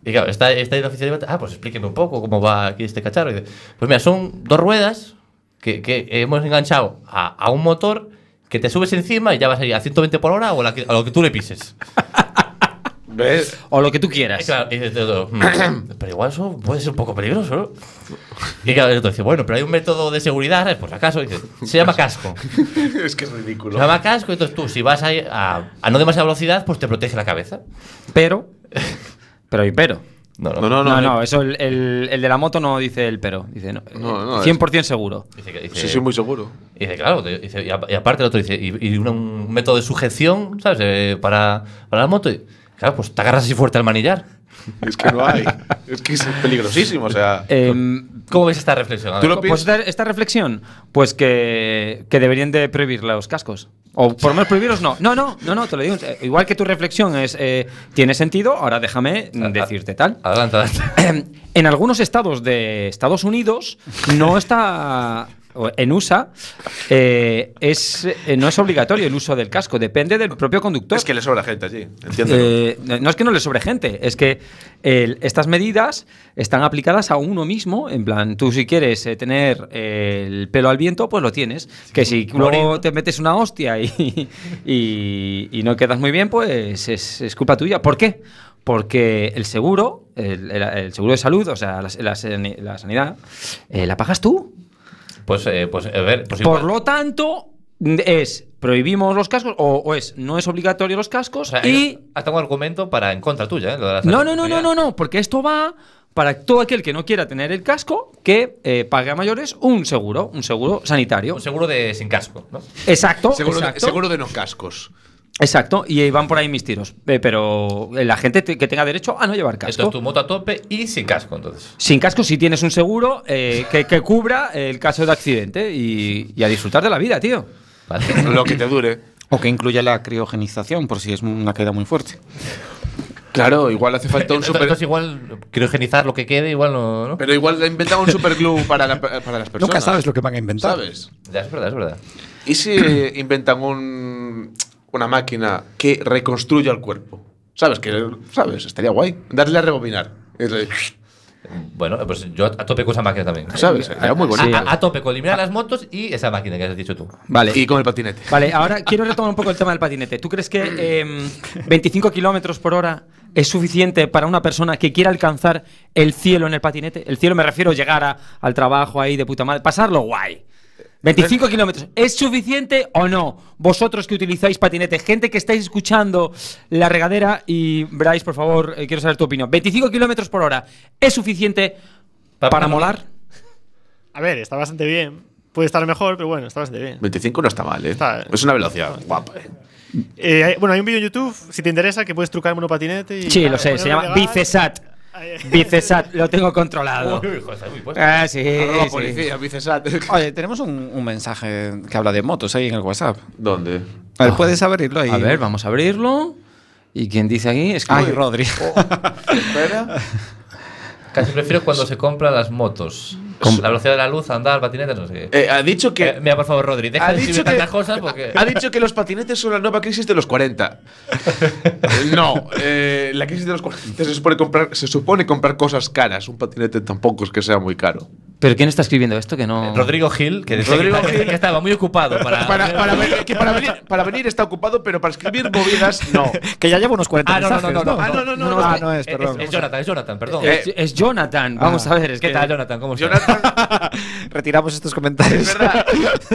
Y claro, está, está en la oficina de patentes. Ah, pues explíqueme un poco cómo va aquí este cacharro. Y dice, pues mira, son dos ruedas que, que hemos enganchado a, a un motor que te subes encima y ya vas a ir a 120 por hora o a, la que- a lo que tú le pises. ¿Ves? O lo que tú Y quieras. claro, y dice todo, "Mm, pero igual eso puede ser un poco peligroso, ¿no? Y claro, el otro dice, bueno, pero hay un método de seguridad, ¿sabes? por si acaso, Y dice, se llama casco. es que es ridículo. Se llama casco, entonces tú, si vas a, a, a no demasiada velocidad, pues te protege la cabeza. Pero. Pero y pero. No, no. No, no, eh. no. No, no, eso el, el- el de la moto no dice el pero. Dice no. eh, No, no, es- 100% seguro. Dice, que- dice, Sí, soy muy seguro. dice, claro, te- dice, y, a- y aparte el otro dice, y, y una- un método de sujeción, ¿sabes? Eh, para, para la moto. Y, claro, pues te agarras así fuerte al manillar. Es que no hay. es que es peligrosísimo, o sea. Em, ¿Cómo ves esta reflexión? A Tú ver. lo pues piensas- esta, esta reflexión, pues que, que deberían de prohibir los cascos. O por lo menos prohibirlos no. No, no, no, no, te lo digo. Eh, Igual que tu reflexión es eh, tiene sentido, ahora déjame Ah, mm, decirte tal. Adelante, adelante. en algunos estados de Estados Unidos no está o en USA eh, es eh, no es obligatorio el uso del casco depende del propio conductor Es que le sobra gente allí, entiéndelo. Eh, no no es que no le sobre gente, es que el- estas medidas están aplicadas a uno mismo. En plan, tú si quieres eh, tener eh, el pelo al viento, pues lo tienes. que si morir, luego ¿no? te metes una hostia y, y- y no quedas muy bien, pues es, es culpa tuya. ¿Por qué? Porque el seguro, el, el- el seguro de salud, o sea, la, la sani- la sanidad, eh, la pagas tú. Pues, eh, pues a ver, pues Por igual. lo tanto, es prohibimos los cascos o, o es no es obligatorio los O cascos sea, y hay- hasta un argumento para en contra tuya, ¿eh? Lo de la no, no, no, no, seguridad. no, no, porque esto va para todo aquel que no quiera tener el casco, que eh, pague a mayores un seguro, un seguro sanitario. Un seguro de sin casco, ¿no? Exacto, seguro, de, exacto. seguro de no cascos. Exacto, y ahí van por ahí mis tiros. Eh, pero la gente te- que tenga derecho a no llevar Esto es tu casco. moto a tope y sin casco, entonces. Sin casco, si tienes un seguro eh, que, que cubra el caso de accidente y, y a disfrutar de la vida, tío. Vale. Lo que te dure. O que incluya la criogenización, por si es una caída muy fuerte. Claro, igual hace falta un Esto- super. esto es igual, criogenizar lo que quede, igual no. ¿no? Pero igual le inventaba un superglue para, la- para las personas. Nunca sabes lo que van a inventar. ¿Sabes? Ya, es verdad, es verdad. ¿Y si eh, inventan un, una máquina que reconstruya el cuerpo? ¿Sabes? Que, ¿Sabes? Estaría guay. Darle a rebobinar. Y le- Bueno, pues yo a a tope con esa máquina también. ¿Sabes? Sería muy A, bonito. a- a tope con eliminar las motos y esa máquina que has dicho tú. Vale. Y con el patinete. Vale, ahora quiero retomar un poco el tema del patinete. ¿Tú crees que em, 25 kilómetros por hora es suficiente para una persona que quiera alcanzar el cielo en el patinete? El cielo me refiero a llegar a- al trabajo ahí de puta madre, pasarlo guay. 25 kilómetros, ¿es suficiente o no? Vosotros que utilizáis patinete, gente que estáis escuchando la regadera y Bryce, por favor, eh, quiero saber tu opinión. 25 kilómetros por hora, ¿es suficiente Pa- para, para molar? A ver, está bastante bien. Puede estar mejor, pero bueno, está bastante bien. 25 no está mal, ¿eh? Está- Es una velocidad guapa. ¿eh? Eh, hay- bueno, hay un vídeo en YouTube, si te interesa, que puedes trucar monopatinete y. Sí, lo sé, se ponerlo llama legal. Bicesat. Ahí- Bicesat, lo tengo controlado. Uy, joder, está muy puesto. Ah, sí. Arroba sí. policía, Vicesat. Oye, tenemos un, un mensaje que habla de motos ahí en el WhatsApp. ¿Dónde? A ver, puedes abrirlo ahí. A ver, vamos a abrirlo. ¿Y quién dice aquí? Es que- Ay, Rodri. Oh. Espera. Casi prefiero cuando se compran las motos. La velocidad de la luz, andar, patinetas, no sé qué. Eh, ha dicho que. Eh, mira, por favor, Rodri, deja ha de dicho decir que- tantas cosas porque. Ha dicho que los patinetes son la nueva crisis de los 40. No, eh, la crisis de los 40 se supone, comprar, se supone comprar cosas caras. Un patinete tampoco es que sea muy caro. ¿Pero quién está escribiendo esto? Que no. Eh, Rodrigo Gil, que decía Rodrigo que, Gil. que estaba muy ocupado para. Para, para ver- que para venir, para venir está ocupado, pero para escribir movidas no. Que ya llevo unos 40 Ah, no, no, no, mensajes, no, no. Ah, no, no, no. Ah, no. no es, perdón. Es, Jonathan, es Jonathan, perdón. Eh, Es, es Jonathan. Vamos a ver. Es ¿Qué que- tal, Jonathan? ¿Cómo estás? Jonathan, Retiramos estos comentarios Es verdad.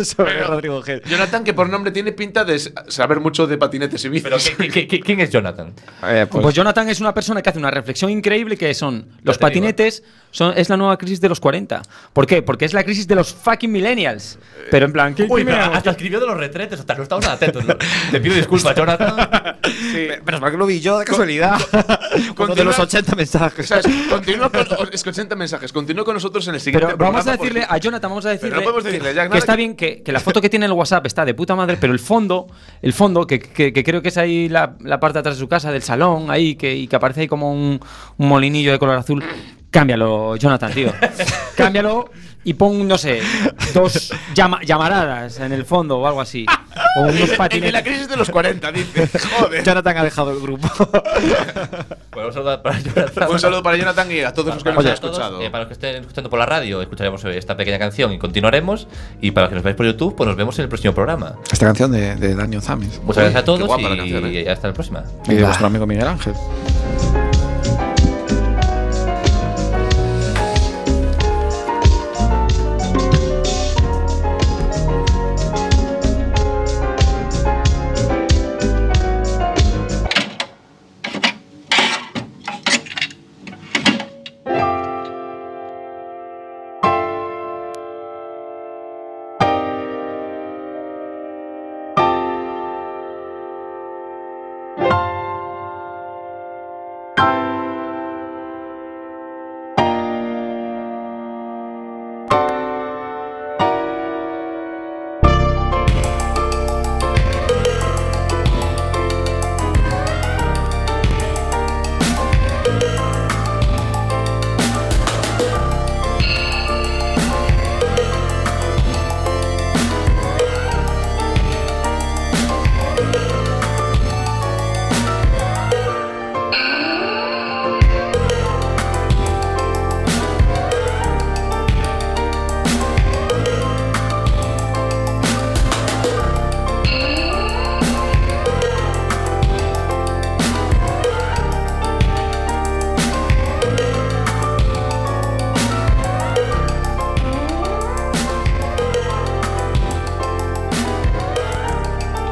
sobre Pero- Rodrigo Gil. Jonathan, que por nombre tiene pinta de saber mucho de patinetes y bicis. Pero, ¿qué- qué- qué- ¿Quién es Jonathan? Eh, Pues, pues, Jonathan es una persona que hace una reflexión increíble que son te digo. los patinetes son, es la nueva crisis de los 40. ¿Por qué? Porque es la crisis de los fucking millennials. Pero en plan, ¿qué- Uy, qué pero me hago? hasta escribió de los retretes, hasta no estaba nada atento. ¿no? Te pido disculpas, Jonathan. Menos mal que lo vi yo de casualidad. Uno de continúa- los 80 mensajes. ¿Sabes? Continúa con es que 80 mensajes. Continúa con nosotros en el siguiente Pero vamos a programa, decirle porque- a Jonathan, vamos a decirle, no podemos decirle, que, Jack, que nada está que- bien, que, que la foto que tiene en el WhatsApp está de puta madre, pero el fondo, el fondo, que, que- que creo que es ahí la, la parte de atrás de su casa, del salón, ahí, que, y que aparece ahí como un, un molinillo de color azul. Cámbialo, Jonathan, tío. Cámbialo y pon, no sé, dos llama- llamaradas en el fondo o algo así. O unos En la patinetes. crisis de los 40, dice. Joder. Jonathan ha dejado el grupo. Bueno, un saludo para Jonathan. Un saludo para Jonathan y a todos los que nos Oye, han a todos, escuchado. eh, para los que estén escuchando por la radio, escucharemos eh, esta pequeña canción y continuaremos. Y para los que nos veáis por YouTube, pues nos vemos en el próximo programa. esta canción de, de Daniel Zamis Muchas gracias a qué todos guapa la canción, y eh. hasta la próxima. y de vuestro amigo Miguel Ángel.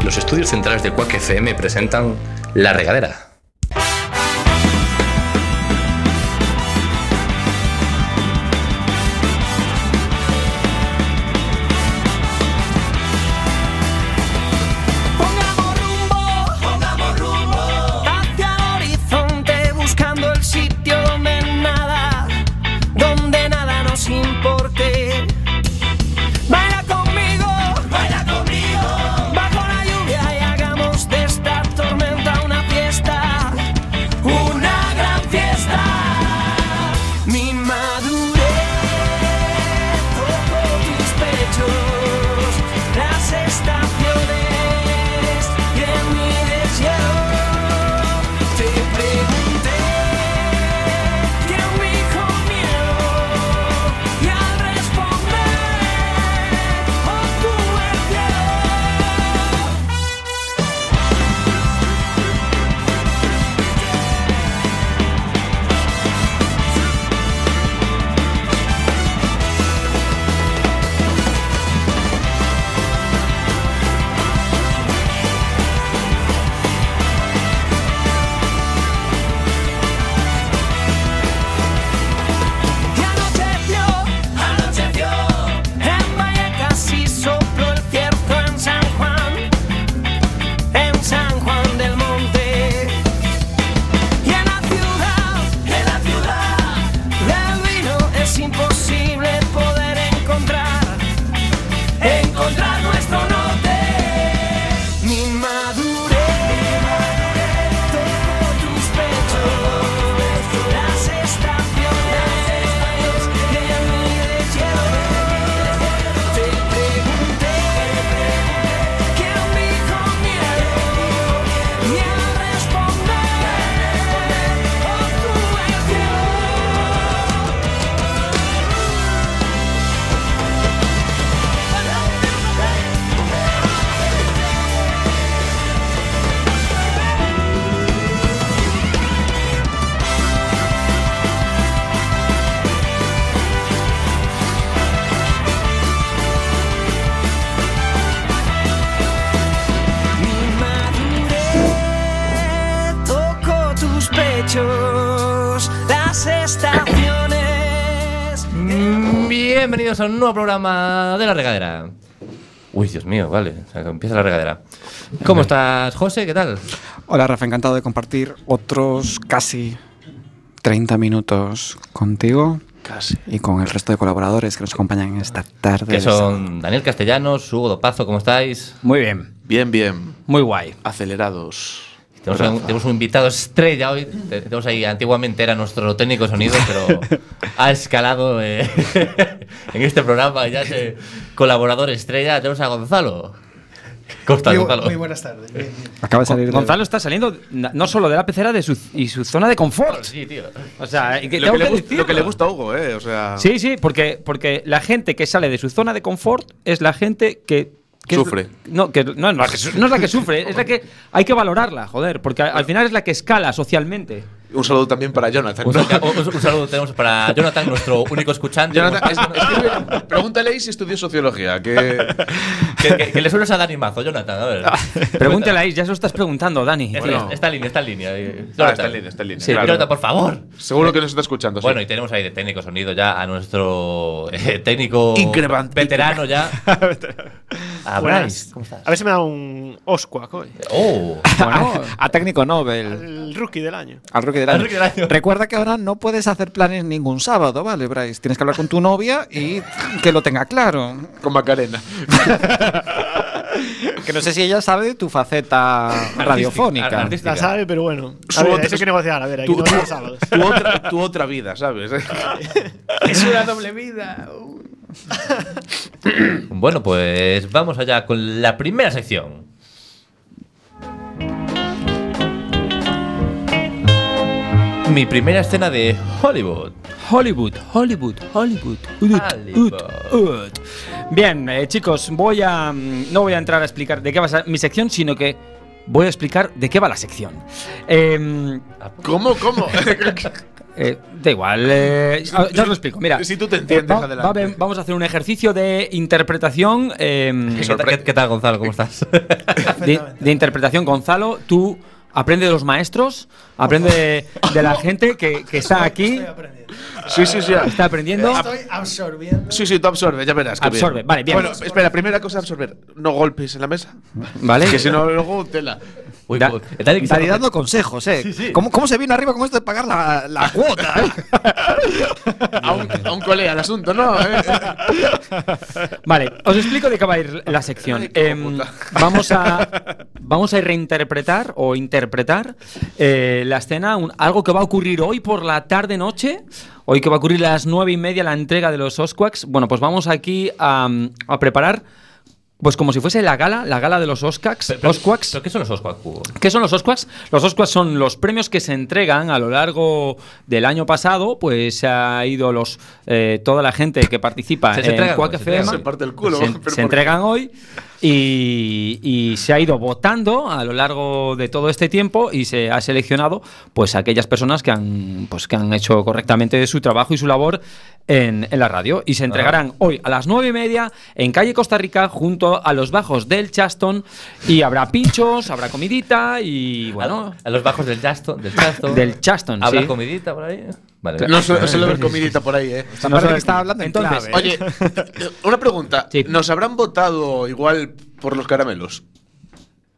Los estudios centrales de Quack FM presentan La Regadera. Pongamos rumbo, pongamos rumbo hacia el horizonte buscando el sitio donde nada, donde nada nos importe. Baila conmigo, baila conmigo bajo la lluvia y hagamos de esta tormenta una fiesta. oh, Bienvenidos a un nuevo programa de La Regadera. Uy, Dios mío, vale. O sea, que empieza La Regadera. ¿Cómo estás, José? ¿Qué tal? Hola Rafa, encantado de compartir otros casi 30 minutos contigo. Casi. Y con el resto de colaboradores que nos acompañan esta tarde. Que son Daniel Castellanos, Hugo Dopazo, ¿cómo estáis? Muy bien. Bien, bien. Muy guay. Acelerados. Tenemos un, tenemos un invitado estrella hoy. Te- Tenemos ahí, antiguamente era nuestro técnico de sonido, pero ha escalado eh, en este programa. Ya es colaborador estrella. Tenemos a Gonzalo. ¿Cómo estás, Muy, bu- Gonzalo? muy buenas tardes. bien, bien. Acaba de salir de- Gonzalo está saliendo na- no solo de la pecera de su, y su zona de confort. Sí, tío. O sea, que Lo tengo que, le que gust- lo que le decirlo. gusta a Hugo, ¿eh? O sea. Sí, sí, porque, porque la gente que sale de su zona de confort es la gente que. que es- Sufre. no, que, no, no, que- no es la que sufre, es la que hay que valorarla, joder, porque al final es la que escala socialmente. Un saludo también para Jonathan. Un, ¿no? saca- un- un saludo tenemos para Jonathan, nuestro único escuchante. Jonathan, es- escribe- pregúntale ahí si estudió sociología. Que, que, que- que le sueles a Dani Mazo, Jonathan. A Ah. ver. Pregúntale ahí, ya se lo estás preguntando, Dani. Esta, Bueno. esta línea, esta línea. eh, Ah, Jonathan. está en línea, está en línea. Sí, claro. Jonathan, por favor. Seguro que nos está escuchando. Pues sí. Bueno, y tenemos ahí de técnico sonido ya a nuestro eh, técnico Increvant- veterano ya. a Bryce. Buenas. ¿Cómo estás? A ver si me da un Oscuac hoy. Eh. Oh, a, a técnico Nobel. El rookie del año. Al rookie del Al año. rookie del año. Recuerda que ahora no puedes hacer planes ningún sábado, ¿vale, Bryce? Tienes que hablar con tu novia y que lo tenga claro. con Macarena. Que no sé si ella sabe de tu faceta Ar- radiofónica. artística. La sabe, pero bueno. A Su ver, otra- eso hay que negociar. A ver, hay que Tu- negociar los sábados. Tu otra, tu otra vida, ¿sabes? Es una doble vida. Bueno, pues vamos allá con la primera sección. Mi primera escena de Hollywood. Hollywood, Hollywood, Hollywood. Ut, ut, ut. Bien, eh, chicos, voy a mm, no voy a entrar a explicar de qué va esa- mi sección, sino que voy a explicar de qué va la sección. Em, ¿Cómo? ¿Cómo? eh, da igual, eh, ah, ya os lo explico. Mira, Si tú te entiendes, va- va- adelante. vamos a hacer un ejercicio de interpretación. em, ¿Qué, tal- qué- qué tal, Gonzalo? ¿Cómo estás? de, de interpretación, Gonzalo, tú aprende de los maestros, aprende de, de la gente que, que está aquí, Estoy aprendiendo. Sí, sí, sí. está aprendiendo. Estoy absorbiendo. Sí, sí, tú absorbe, ya verás. qué bien. Absorbe, vale, bien. Bueno, espera, primera cosa, absorber. No golpes en la mesa. ¿Vale? Que si no, luego tela. Uy, Da- pues, dale que se- Dani dando consejos, ¿eh? ¿Cómo, cómo se vino arriba con esto de pagar la, Ah. la cuota? A un, a un colega el asunto, ¿no? Eh, Vale, os explico de qué va a ir la sección. Ay, qué Em, puta. vamos, a, vamos a reinterpretar o interpretar eh, la escena, un- algo que va a ocurrir hoy por la tarde-noche, hoy que va a ocurrir a las nueve y media la entrega de los Osquacks. Bueno, pues vamos aquí a, a preparar, pues como si fuese la gala, la gala de los Osquacks. Pero- pero- Osquacks. ¿Pero qué son los Osquac? Hugo? ¿Qué son los Osquaks? Los Osquaks son los premios que se entregan a lo largo del año pasado, pues se ha ido los eh, toda la gente que participa Se- se en entregan, Quack se FM. entregan. Se parte el culo, Se, pero ¿por se qué? entregan hoy y, y se ha ido votando a lo largo de todo este tiempo y se ha seleccionado pues aquellas personas que han pues que han hecho correctamente su trabajo y su labor en, en la radio y se entregarán hoy a las nueve y media en calle Costa Rica junto a los bajos del Chaston y habrá pinchos, habrá comidita y bueno A, a los bajos del Chaston. Del Chaston. Del Chaston, ¿Habrá sí. comidita por ahí? Vale. No suelo, suelo ver comidita por ahí, ¿eh? Parece que estaba hablando en entonces, clave. Oye, una pregunta. Sí. ¿Nos habrán votado igual por los caramelos?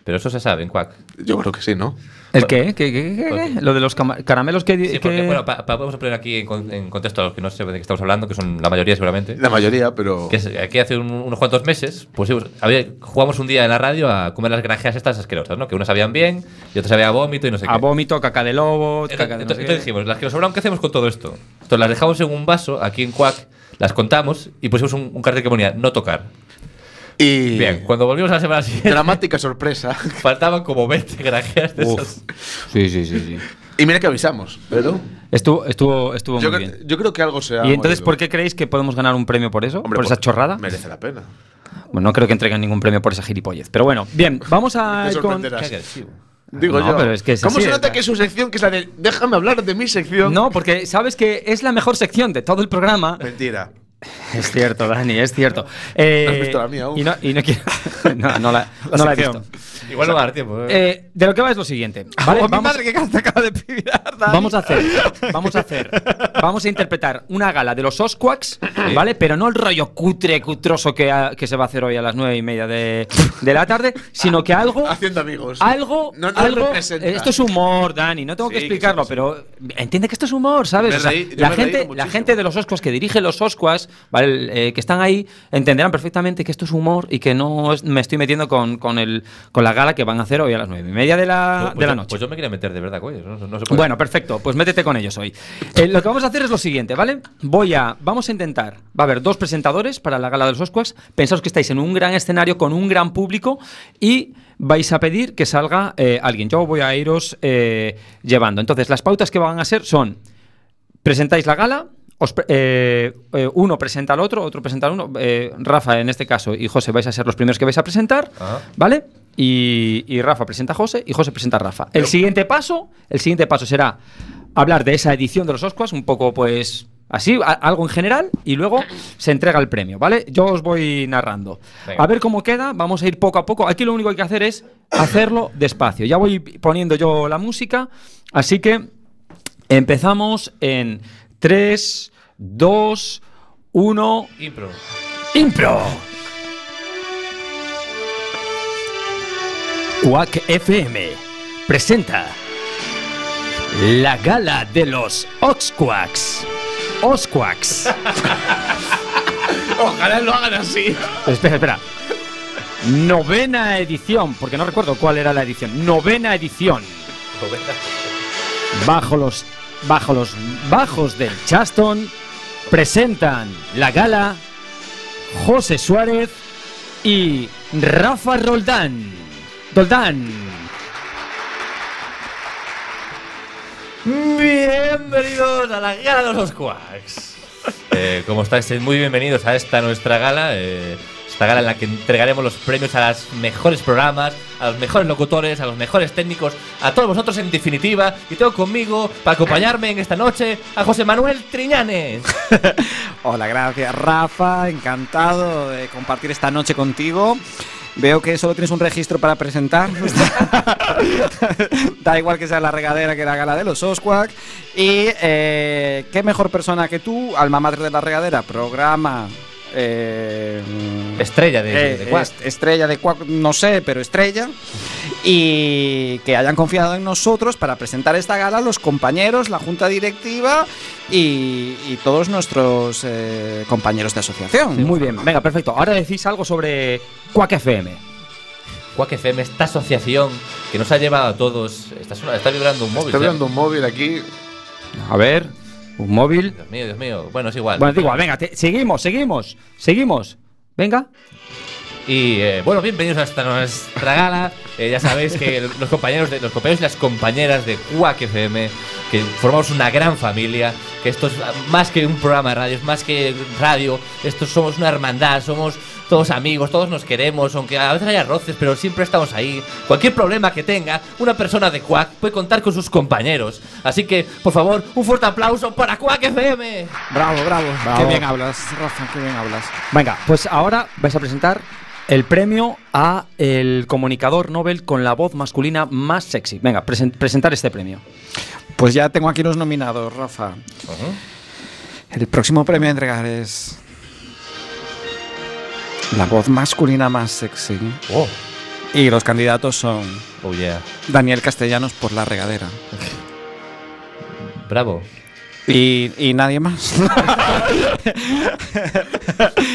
Pero eso se sabe en Quack. Yo creo que sí, ¿no? ¿el qué? ¿Qué, qué, qué, qué? Porque- Lo de los cama- caramelos que, Sí, que- porque, bueno, pues, pa- pa- vamos a poner aquí en, con- en contexto a los que no sé de qué estamos hablando, que son la mayoría seguramente. La mayoría, pero. Que es- aquí hace un- unos cuantos meses, pues sí, había- jugamos un día en la radio a comer las granjeas estas asquerosas, ¿no? Que unas sabían bien y otras sabían a vómito y no sé a qué. vómito, caca de lobo, Entonces, caca de no entonces- sé entonces qué. dijimos, las que nos sobraron, ¿qué hacemos con todo esto? Entonces las dejamos en un vaso, aquí en Quack, las contamos y pusimos un, un cartel que ponía no tocar. Y. Bien, cuando volvimos a la semana siguiente, Dramática sorpresa. faltaban como 20 granjeas de esas. Sí, sí, sí, sí. Y mira que avisamos, pero. Estuvo, estuvo, estuvo Yo, muy cre- bien. yo creo que algo se ha ¿Y entonces movido. por qué creéis que podemos ganar un premio por eso? Hombre, pues ¿Por esa chorrada? Merece la pena. Bueno, no creo que entreguen ningún premio por esa gilipollez. Pero bueno, bien, vamos a Te ir con... sorprenderás. Qué agresivo. Digo No, yo. pero es que es ¿Cómo así, se es nota la- que su sección, que es la de déjame hablar de mi sección? No, porque sabes que es la mejor sección de todo el programa. Mentira. Es cierto, Dani, es cierto. Eh, No has visto la mía aún. Y no, y no quiero. No, no la, La no la he sección. visto. Igual no va a dar tiempo. ¿eh? Eh, de lo que va es lo siguiente. ¿vale? Oh, mi Vamos- madre que te acaba de pirar, Dani. Vamos a hacer, vamos a hacer, vamos a interpretar una gala de los Osquaks, ¿vale? Pero no el rollo cutre, cutroso que, ha- que se va a hacer hoy a las nueve y media de, de la tarde, sino que algo. Haciendo amigos. Algo, Pues No, no algo- representa. esto es humor, Dani. No tengo que Sí, explicarlo, que pero entiende que esto es humor, ¿sabes? Me O sea, reí- yo la me he reído gente, la muchísimo. gente de los Oscuas que dirige los Oscuas, ¿vale? El, eh, que están ahí, entenderán perfectamente que esto es humor y que no es- me estoy metiendo con, con el, con la gala que van a hacer hoy a las nueve y media Ah, de la, Pues- pues de la yo- noche. Pues yo me quería meter de verdad con ellos. No, no se puede. Bueno, perfecto. Pues métete con ellos hoy. Eh, lo que vamos a hacer es lo siguiente, ¿vale? Voy a, vamos a intentar. Va a haber dos presentadores para la gala de los Osquaks. Pensaos que estáis en un gran escenario con un gran público y vais a pedir que salga eh, alguien. Yo voy a iros eh, llevando. Entonces, las pautas que van a ser son presentáis la gala. os pre- eh, eh, uno presenta al otro, otro presenta al uno. eh, Rafa, en este caso, y José vais a ser los primeros que vais a presentar, Ajá. ¿vale? Y, y Rafa presenta a José y José presenta a Rafa. El siguiente paso, el siguiente paso será hablar de esa edición de los Oscars, un poco pues así, a- algo en general, y luego se entrega el premio, ¿vale? Yo os voy narrando. Venga. A ver cómo queda, vamos a ir poco a poco. Aquí lo único que hay que hacer es hacerlo despacio. Ya voy poniendo yo la música, así que Empezamos en 3, 2, 1. Impro. ¡Impro! Quack FM presenta la gala de los Oxquacks. Oxquacks. Ojalá lo hagan así. espera, espera. Novena edición, porque no recuerdo cuál era la edición. Novena edición. bajo los bajo los bajos del Chaston presentan la gala José Suárez y Rafa Roldán. Roldán. Bienvenidos a la gala de los Quacks. Eh, ¿Cómo estáis? Sed Muy bienvenidos a esta nuestra gala. eh, esta gala en la que entregaremos los premios a los mejores programas, a los mejores locutores, a los mejores técnicos, a todos vosotros en definitiva. Y tengo conmigo, para acompañarme en esta noche, a José Manuel Triñanes. Hola, gracias Rafa, encantado de compartir esta noche contigo. Veo que solo tienes un registro para presentar. da igual que sea la regadera que la gala de los Osquak. Y eh, qué mejor persona que tú, alma madre de la regadera, programa. eh, Estrella de, de, eh, de Quack. est- estrella de Quack, no sé, pero estrella. Y que hayan confiado en nosotros para presentar esta gala los compañeros, la junta directiva y, y todos nuestros eh, compañeros de asociación. Muy bien, venga, perfecto. Ahora decís algo sobre Quack FM. Quack FM, esta asociación que nos ha llevado a todos. Está, sona- está vibrando un móvil. ¿eh? Estoy ¿sí? viendo un móvil aquí. A ver, un móvil. Dios mío, Dios mío. Bueno, es igual. Bueno, da igual, venga, te- seguimos, seguimos, seguimos. Venga. Y eh, bueno, bienvenidos a esta nuestra gala. Eh, ya sabéis que el- los compañeros, de, los compañeros y las compañeras de Quack FM, que formamos una gran familia, que esto es más que un programa de radio, es más que radio, esto somos una hermandad, somos todos amigos, todos nos queremos, aunque a veces haya roces, pero siempre estamos ahí. Cualquier problema que tenga, una persona de Quack puede contar con sus compañeros. Así que, por favor, un fuerte aplauso para Quack FM. Bravo, bravo, Bravo. Qué bien hablas, Rafa, qué bien hablas. Venga, pues ahora vais a presentar el premio a el comunicador Nobel con la voz masculina más sexy. Venga, presen- presentar este premio. Pues ya tengo aquí los nominados, Rafa. El próximo premio a entregar es. La voz masculina más sexy. Oh, Y los candidatos son oh yeah. Daniel Castellanos por la regadera. Bravo. Y, y nadie más.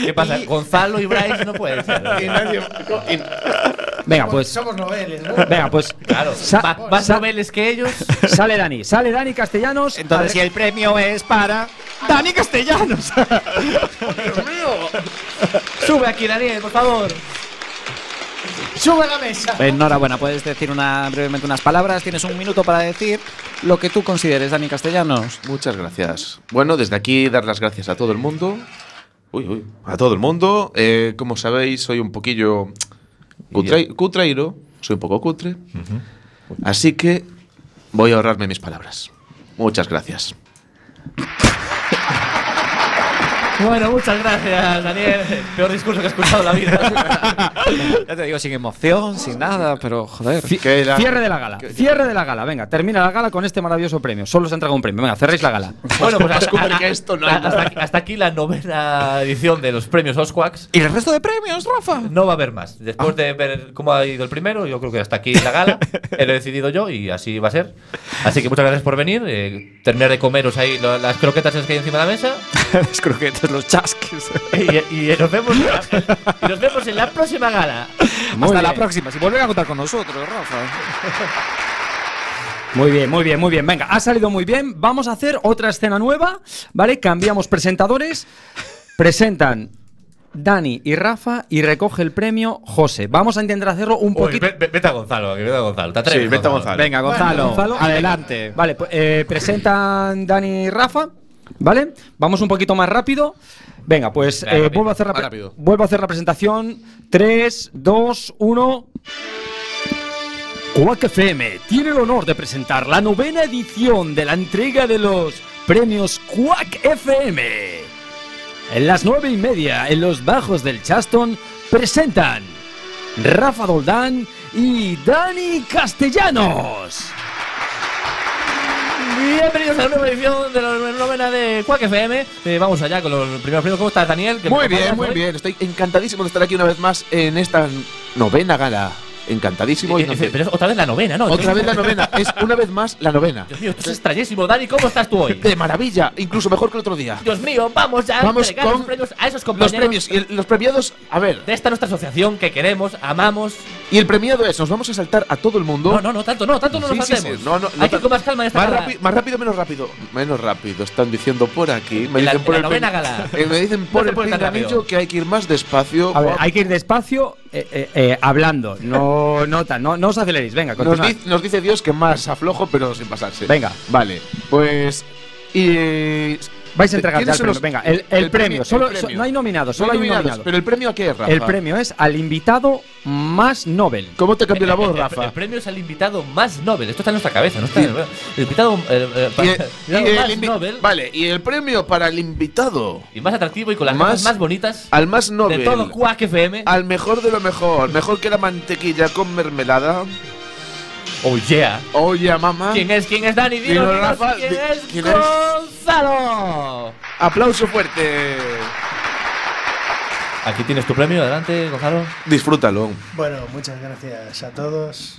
¿Qué pasa? Gonzalo y Bryce no pueden ser. Venga, Somos- pues Somos noveles, ¿no? venga, pues Claro, Sa- va- más sa- noveles que ellos. sale Dani, sale Dani Castellanos. Entonces, si el premio es para. ¡Dani Castellanos! Sube aquí, Daniel, por favor. Sube la mesa. Enhorabuena, puedes decir una, brevemente unas palabras. Tienes un minuto para decir lo que tú consideres, Dani Castellanos. Muchas gracias. Bueno, desde aquí dar las gracias a todo el mundo. Uy, uy, a todo el mundo. Eh, como sabéis, soy un poquillo cutre- cutreiro. Soy un poco cutre. Así que voy a ahorrarme mis palabras. Muchas gracias. Bueno, muchas gracias, Daniel. Peor discurso que he escuchado en la vida. Ya te digo, sin emoción, sin nada, pero joder. Que la- Cierre de la gala, cierre de la gala. Venga, termina la gala con este maravilloso premio. Solo se entrega un premio. Venga, cerréis la gala. bueno, pues Más hasta, Cooper que esto no hay hasta nada. aquí, hasta aquí la novena edición de los premios Osquaks. ¿Y el resto de premios, Rafa? No va a haber más. Ah. Después de ver cómo ha ido el primero, yo creo que hasta aquí la gala. Eh, Lo he decidido yo y así va a ser. Así que muchas gracias por venir. eh, terminar de comeros ahí lo- las croquetas esas que hay encima de la mesa. Las croquetas, los chasques. Y, y nos, vemos en la, y nos vemos en la próxima gala. Hasta la próxima. Si vuelven a contar con nosotros, Rafa. Muy bien, muy bien, muy bien. Venga, ha salido muy bien. Vamos a hacer otra escena nueva, ¿vale? Cambiamos presentadores. Presentan Dani y Rafa y recoge el premio José. Vamos a intentar hacerlo un Uy, poquito. ve- ve- vete a Gonzalo, que vete a Gonzalo. Te atreves, Sí, vete a Gonzalo. Venga, Gonzalo, Gonzalo. adelante. Vale, pues, eh, presentan Dani y Rafa, ¿vale? Vamos un poquito más rápido. Venga, pues Venga, eh, rápido, vuelvo, a hacer la más pre- rápido. vuelvo a hacer la presentación. 3, 2, 1. Quack FM tiene el honor de presentar la novena edición de la entrega de los premios Quack FM. En las nueve y media, en los bajos del Chaston, presentan Rafa Doldán y Dani Castellanos. Bienvenidos a la nueva edición de la novena de Quack FM. Eh, vamos allá con los primeros premios. ¿Cómo estás, Daniel? ¿Qué Muy me bien, acompañas muy hoy? bien. Estoy encantadísimo de estar aquí una vez más en esta novena gala. Encantadísimo. Eh, y eh, no sé. pero es otra vez la novena, ¿no? Otra vez la novena. Es una vez más la novena. Dios mío, esto es extrañísimo. Dani, ¿cómo estás tú hoy? De maravilla. Incluso mejor que el otro día. Dios mío, vamos ya a Vamos entregar con los premios a esos Los compañeros premios. y el- los premiados. A ver. de esta nuestra asociación que queremos, amamos. Y el premiado es. Nos vamos a saltar a todo el mundo. No, no, no, tanto no, tanto no Sí, nos sí, hacemos. sí. No, no, no Hay que tan- ir con más calma en esta Más, gala. rápido, más rápido, menos rápido. Menos rápido, están diciendo por aquí. Me En la- dicen por en la el pin- novena gala. Eh, me dicen por se el puede tan pinganillo rápido. que hay que ir más despacio. A ver, Guau. hay que ir despacio, eh, eh, eh, hablando, no no, tan- no, no os aceleréis, venga, nos, continuad. di- nos dice Dios que más aflojo, pero sin pasarse. Venga. Vale, pues. Y. Vais a entregar ya ¿quiénes el son premio, los- venga, el, el premio, solo, so- no hay nominado, solo No hay un nominados, nominado. Pero el premio a qué, Rafa? El premio es al invitado más Nobel. ¿Cómo te cambió la El- voz, el- El, Rafa? premio es al invitado más Nobel. Esto está en nuestra cabeza, no está en el, el invitado eh, eh, Y para- el- y el más invi- Nobel Vale, y el premio para el invitado. y más atractivo y con las Más- más, más bonitas Al más Nobel. de todo Quack FM. Al mejor de lo mejor. Mejor que la mantequilla con mermelada. Oh yeah. Oye, mamá. ¿Quién es? ¿Quién es Dani? Dinos, Dinos, dinos, Ah. Rafa, ¿quién, di- es ¿quién es? Gonzalo? Aplauso fuerte. Aquí tienes tu premio, adelante, Gonzalo. Disfrútalo. Bueno, muchas gracias a todos.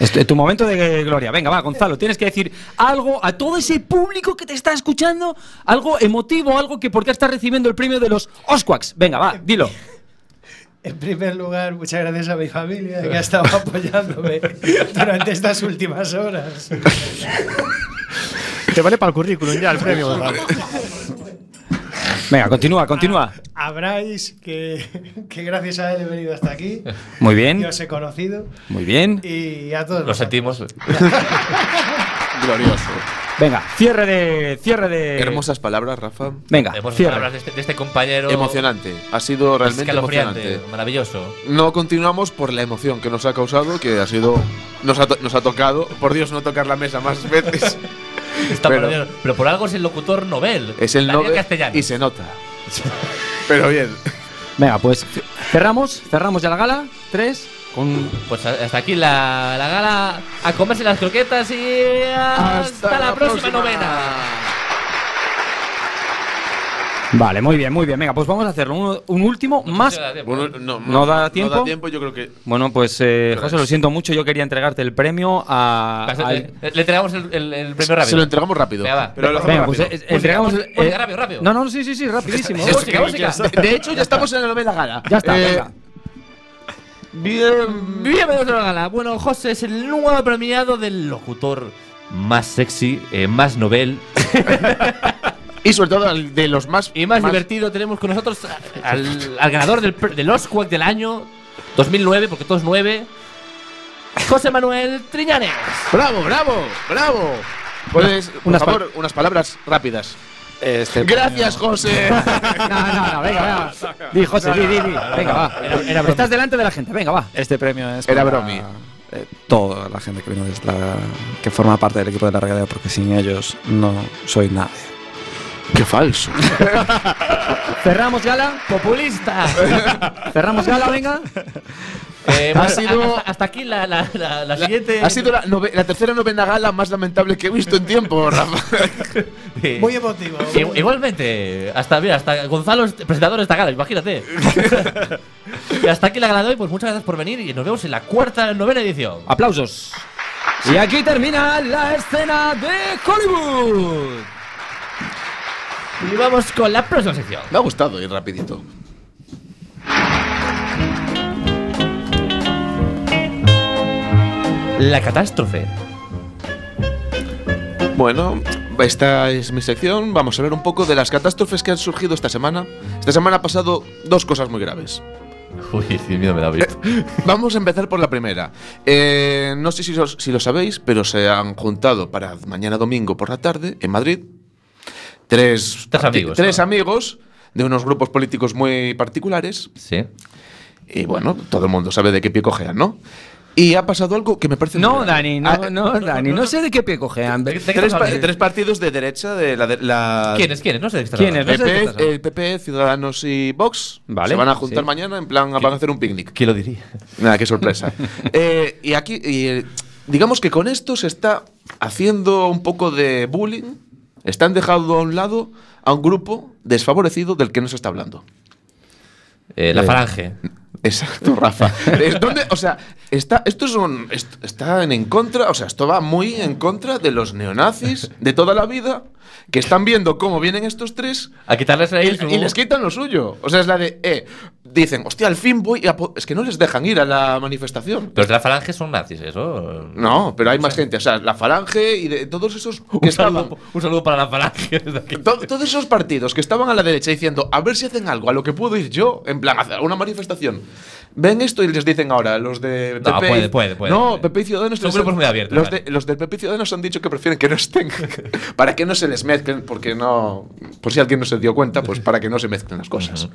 Este, tu momento de gloria. Venga, va, Gonzalo, tienes que decir algo a todo ese público que te está escuchando, algo emotivo, algo que por qué estás recibiendo el premio de los Osquaks. Venga, va, dilo. En primer lugar, muchas gracias a mi familia que ha estado apoyándome durante estas últimas horas. Te vale para el currículum ya el premio, Gonzalo. Venga, continúa, continúa. Habráis que, que gracias a él he venido hasta aquí. Muy Y bien, os he conocido. muy bien. Y a todos. Lo vosotros. sentimos. Glorioso. Venga, cierre de cierre de Hermosas palabras, Rafa. Venga, Hemos cierre. palabras de este, de este compañero. Emocionante. Ha sido realmente escalofriante, emocionante. maravilloso. No continuamos por la emoción que nos ha causado, que ha sido. Nos ha, to- nos ha tocado. Por Dios, no tocar la mesa más veces. Está Pero- perdido. pero por algo es el locutor Nobel. Es el Daniel Nobel Castellano. y se nota. Pero bien. Venga, pues cerramos, cerramos ya la gala. Tres. Con... Pues a- hasta aquí la, la gala. A comerse las croquetas y. Hasta, la, próxima novena. Vale, muy bien, muy bien. Venga, pues vamos a hacerlo. Un, un último más. Bueno, pues, no, ¿No da tiempo? yo creo que. Bueno, pues eh, Pero José, lo es- siento mucho. Yo quería entregarte el premio a. eh, Vas, al- le, pues, eh, le entregamos el, el- el premio Se lo rápido. entregamos rápido. Venga, va. Pero lo Venga, hacemos pues rápido. eh, entregamos. el- Música, rápido, rápido. No, no, sí, sí, sí, rapidísimo. Esto- música, música. De, de hecho, ya estamos en la novena gala. Ya está, Eh, venga. Bien. Bienvenidos a la gala. Bueno, José es el nuevo premiado del locutor más sexy, eh, más Nobel Y sobre todo al de los más. y más, divertido. Tenemos con nosotros a- al, al ganador del, pre- del Oscuac del año 2009, porque todos nueve. José Manuel Triñanes. ¡Bravo, bravo, bravo! Pues, por unas favor, unas palabras rápidas. Este, Gracias, José. No, no, no, venga, venga. Di, José, di, di, di. Venga, va. Estás delante de la gente, venga, va. Este premio es Era para, bromi. eh, toda la gente que vino desde la, que forma parte del equipo de la regadera, porque sin ellos no soy nadie. Qué falso. Cerramos gala. ¡Populista! Cerramos gala, venga. Eh, Ha bueno, sido- hasta, hasta aquí la, la- la- la La- siguiente. Ha sido la, nove- la tercera novena gala más lamentable que he visto en tiempo, Rafa. Eh, em- Muy emotivo. i- Igualmente, hasta, mira, hasta Gonzalo es presentador de esta gala, imagínate. y hasta aquí la gala de hoy, pues muchas gracias por venir y nos vemos en la cuarta, novena edición. Ah. Aplausos. Y aquí termina la escena de Hollywood. Y vamos con la próxima sección. Me ha gustado ir rapidito. La catástrofe. Bueno, esta es mi sección. Vamos a hablar un poco de las catástrofes que han surgido esta semana. Esta semana ha pasado dos cosas muy graves. Uy, sí, miedo me da bien. Vamos a empezar por la primera. Eh, no sé si lo, si lo sabéis, pero se han juntado para mañana domingo por la tarde en Madrid tres, Tres parti- amigos, tres ¿no? amigos de unos grupos políticos muy particulares. Sí. Y bueno, todo el mundo sabe de qué pie cojean, ¿no? Y ha pasado algo que me parece... muy No, grave. Dani, no, Ah, no, Dani, no sé de qué pie cojean. ¿De qué- de qué Tres, estás pa- hablando? tres partidos de derecha de la... de- la- ¿Quiénes? ¿Quiénes? No sé de qué estás Ah. ¿Quiénes? hablando. No sé de qué PP, estás hablando. el PP, eh, Ciudadanos y Vox Vale, se van a juntar sí. mañana en plan van a hacer un picnic. ¿Quién lo diría? Nada, qué sorpresa. Eh, y aquí, y, eh, digamos que con esto se está haciendo un poco de bullying. Están dejando a un lado a un grupo desfavorecido del que no se está hablando. Eh, la falange. Exacto, Rafa. Es donde- o sea, está, esto es un, est- están en contra, o sea, esto va muy en contra de los neonazis de toda la vida que están viendo cómo vienen estos tres A quitarles a y, ellos. y les quitan lo suyo. O sea, es la de, eh, dicen, hostia, al fin voy a... po-". Es que no les dejan ir a la manifestación. Pero los de la falange son nazis, eso. No, pero hay más gente. O sea, la Falange y de todos esos que Un estaban. saludo, un saludo para la falange. desde aquí. to- todos esos partidos que estaban a la derecha diciendo a ver si hacen algo, a lo que puedo ir yo, en plan, a una manifestación. Ven esto y les dicen ahora, los de PP. No, puede, puede, puede. No, PP y Ciudadanos. Son les grupos han- muy abiertos, Los, vale. de, los del PP y Ciudadanos han dicho que prefieren que no estén. para que no se les mezclen, porque no. Por si alguien no se dio cuenta, pues para que no se mezclen las cosas.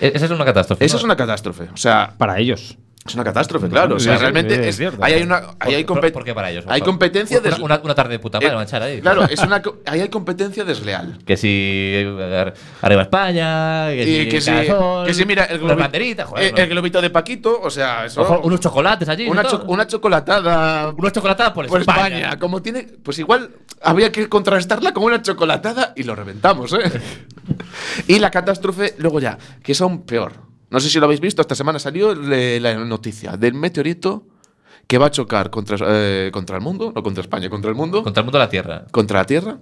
E- Esa es una catástrofe. Eso ¿no? es una catástrofe. O sea, Para ellos. es una catástrofe, claro. O sea, Sí, sí, sí, realmente es es- cierto. ahí hay una. Ahí hay ¿Por- compet- por qué para ellos? Hay Por- competencia una, des- una- una tarde de puta madre, Eh, van a echar ahí. Claro, es una co- ahí hay competencia desleal. Que si eh, arriba España, que si, Y que si, Carasol, que si mira el, las globi- banderitas, joder, eh, no. el globito de Paquito, o sea, eso, Ojo, unos chocolates allí. una, ¿no? cho- una chocolatada unos chocolatadas por, por España. España. como tiene, pues igual habría que contrastarla con una chocolatada y lo reventamos, ¿eh? y la catástrofe luego ya, que es aún peor. No sé si lo habéis visto, esta semana salió le- la noticia del meteorito que va a chocar contra, eh, contra el mundo, no contra España, contra el mundo Contra el mundo de la Tierra. contra la Tierra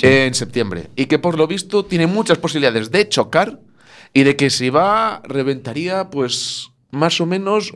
eh, en septiembre y que por lo visto tiene muchas posibilidades de chocar y de que si va reventaría pues más o menos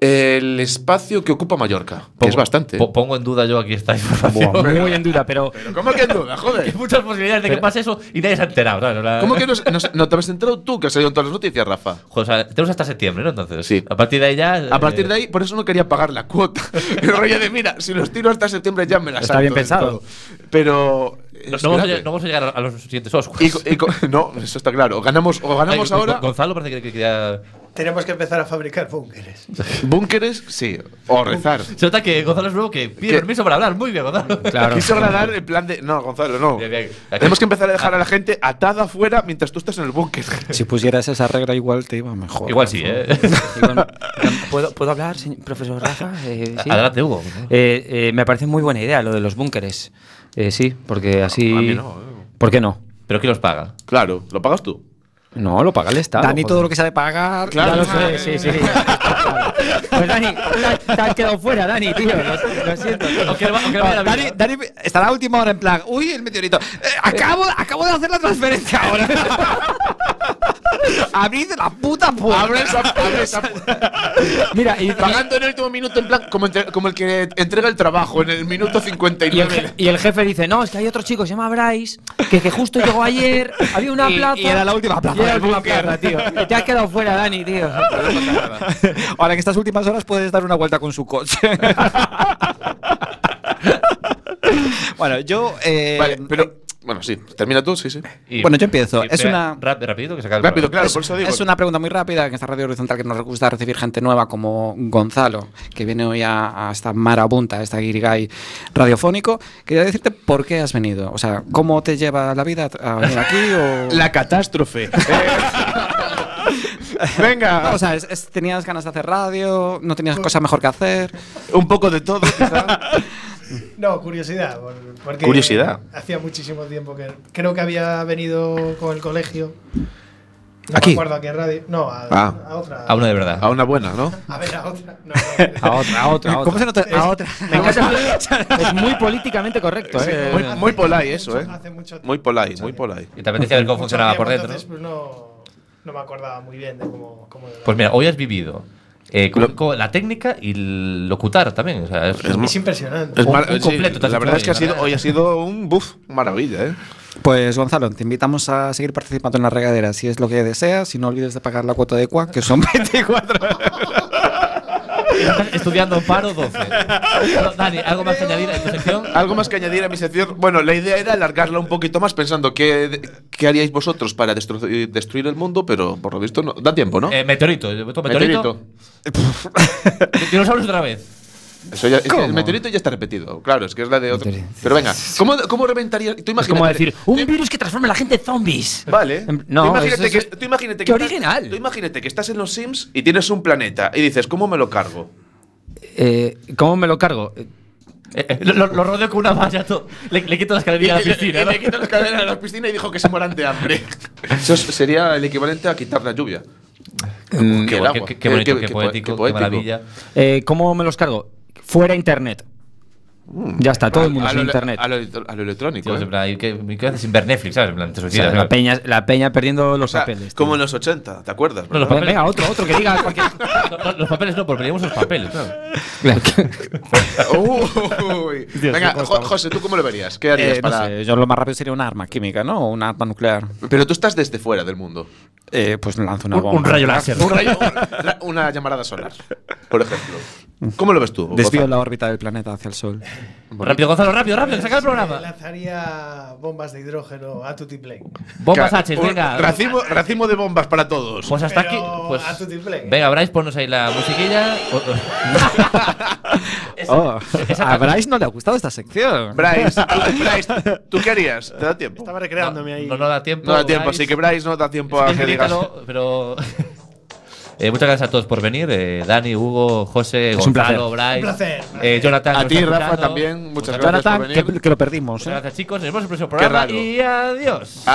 el espacio que ocupa Mallorca, que Pongo- es bastante. po- Pongo en duda yo aquí esta información. Muy en duda, pero. ¿Cómo que en duda, Hay joder? muchas posibilidades de que pase eso y nadie se ha enterado. ¿sabes? O sea, ¿Cómo que no, no- no te habías enterado tú que has salido en todas las noticias, Rafa? Joder, o sea, tenemos hasta septiembre, ¿no? Entonces, Sí. a partir de ahí ya. A partir eh, de ahí, por eso no quería pagar la cuota. El rollo de, mira, si los tiro hasta septiembre ya me las Está bien pensado. Pero... No, no vamos a, espérate. lle- no vamos a llegar a, a los siguientes Oscars. Y co- y co- no, eso está claro. O ganamos, o Ay, ganamos Go- ahora... Gonzalo parece que- que quería. Tenemos que empezar a fabricar búnkeres. Búnkeres, sí. O rezar. Se nota que Gonzalo es nuevo que pide ¿Qué? permiso para hablar. Muy bien, Gonzalo. Quiso agradar en plan de. No, Gonzalo, no. Bien, bien. Aquí- Tenemos que empezar a dejar a la gente atada afuera mientras tú estás en el búnker. Si pusieras esa regla, igual te iba mejor. Igual sí, ¿eh? ¿Puedo, ¿Puedo hablar, señor- profesor Rafa? Eh, sí. Adelante, Hugo. Eh, eh, me parece muy buena idea lo de los búnkeres. Eh, sí, porque así. A mí no, eh. ¿Por qué no? ¿Pero quién los paga? Claro, ¿lo pagas tú? No, lo paga el Estado. Dani, joder. todo lo que sabe pagar. Ya lo sé, sí, sí. Pues Dani, te has quedado fuera, Dani, tío. Lo, lo siento. Aunque no va- aunque no vaya la Ah, Dani, vida. Dani estará a última hora en plan, uy, el meteorito. Eh, acabo, acabo de hacer la transferencia ahora. Abrid la puta puerta. Abre esa. Abre esa Mira, y, pagando en el último minuto, en plan, como, entre- como el que entrega el trabajo en el minuto y el, je- 59. y el jefe dice, no, es que hay otro chico, se llama Bryce, que, que justo llegó ayer, había una Y- plaza. y era la última plaza y era la del última búnker. plaza, tío. Y te has quedado fuera, Dani, tío. Ahora, en estas últimas horas puedes dar una vuelta con su coche. bueno, eh, yo. eh, Vale, pero Bueno, sí. Termina tú, sí, sí. Y- Bueno, yo empiezo. y Es espera, una- rap- rapidito que se acabe el Rápido, programa. claro, por eso digo. Es una pregunta muy rápida en esta radio horizontal que nos gusta recibir gente nueva como Gonzalo, que viene hoy a, a esta marabunta, a esta guirigay radiofónico. Quería decirte por qué has venido. O sea, ¿cómo te lleva la vida a venir aquí? O... La catástrofe. Eh, Venga. No, o sea, es- es- ¿tenías ganas de hacer radio? ¿No tenías Pues cosa mejor que hacer? un poco de todo. No, curiosidad. por- Porque Curiosidad. Hacía muchísimo tiempo que. Creo que había venido con el colegio. No ¿Aquí? me acuerdo a qué radio. No, a, Ah. a otra. A una de verdad. A una buena, ¿no? A ver, a otra. No, A otra, a otra, a otra. ¿Cómo se nota? A otra. Es muy políticamente correcto, ¿eh? Muy, muy polite eso, ¿eh? Hace mucho tiempo. Muy polite, muy polite. Y también decía ver cómo Mucho funcionaba por tiempo, dentro. entonces, pues, no, no me acordaba muy bien de cómo. cómo era. Pues mira, hoy has vivido eh, con- con la técnica y el locutar también. O sea, es- Es mu- es impresionante. Es Un- mar- un sí, completo te has la hecho verdad es que hoy, ha sido, ¿verdad? hoy ha sido un buff, maravilla, ¿eh? Pues Gonzalo, te invitamos a seguir participando en la regadera si es lo que deseas. Si no olvides de pagar la cuota de cua, que son 24 Estás estudiando paro 12. Bueno, Dani, ¿algo más que añadir en tu sección? Algo más que añadir a mi sección. Bueno, la idea era alargarla un poquito más pensando qué, qué haríais vosotros para destru- destruir el mundo, pero por lo visto no. Da tiempo, ¿no? Eh, meteorito, ¿eh? ¿Meteorito? meteorito. Dinosaurios otra vez. Eso ya- es que ¿Cómo? el meteorito ya está repetido. Claro, es que es la de otro. Pero venga, ¿cómo, cómo reventaría? Tú Es como imagínate- decir, tú- un virus que transforma a la gente en zombies. Vale. En- no, tú imagínate eso es- que, tú imagínate que ¡Qué estás- original! tú imagínate que estás en los Sims y tienes un planeta y dices, ¿cómo me lo cargo? Eh, ¿Cómo me lo cargo? Eh, Eh, eh, lo, lo rodeo con una malla. todo. Le, le quito las Y calorías a la piscina. ¿no? le quitan las cadenas a la piscina y dijo que se moran de hambre. Eso es- sería el equivalente a quitar la lluvia. mm, Que el Qué- agua. Eh, qué, qué Que- bonito, que- qué, que- poético, que qué poético. maravilla. eh, ¿Cómo me los cargo? Fuera internet. Ya está, todo el mundo Mm. A sin lo- internet. A lo, a lo electrónico. Tío, ¿eh? en plan, ¿y ¿qué, y ¿Qué haces sin ver Netflix? ¿Sabes? En plan, te O sea, suicidas. la, peña, la peña perdiendo los O sea, papeles. como tío. en los 80, ¿te acuerdas? este. No, los verdad? Venga, venga, otro, otro que diga cualquier. No, no, los papeles no, porque teníamos los papeles. claro. Claro que- Uy. venga, Jo- José, ¿tú cómo lo verías? ¿Qué harías Eh, no para.? sé, yo lo más rápido sería un arma química, ¿no? O un arma nuclear. Pero tú estás desde fuera del mundo. Eh, pues lanzo una Un, bomba. un rayo láser. Un rayo- un- una llamarada solar, por ejemplo. ¿Cómo lo ves tú? Desvío Gonzalo? la órbita del planeta hacia el sol. Rápido, Gonzalo, rápido, rápido, que saca el programa. Lanzaría bombas de hidrógeno a Tutiplén. Bombas Ca- H, un venga. Racimo, racimo de bombas para todos. Pues hasta aquí. Pero Pues, a tu tiple. venga, Bryce, ponnos ahí la musiquilla. O- Oh, a Bryce no le ha gustado esta sección. Bryce, tú- Bryce, ¿tú qué harías? ¿Te da tiempo? Estaba o- recreándome ahí. no, no da tiempo. No da tiempo, Bryce. así que Bryce no da tiempo a Es que digas. grítalo, pero. Eh, muchas gracias a todos por venir. eh, Dani, Hugo, José, Es un Gonzalo, Bryce. Un placer. eh, Jonathan. A nos ti, está Rafa, escuchando. también. Muchas Muchas gracias por Jonathan, venir. que, que lo perdimos. Muchas ¿eh? gracias, chicos. Nos vemos en el próximo programa raro. y adiós.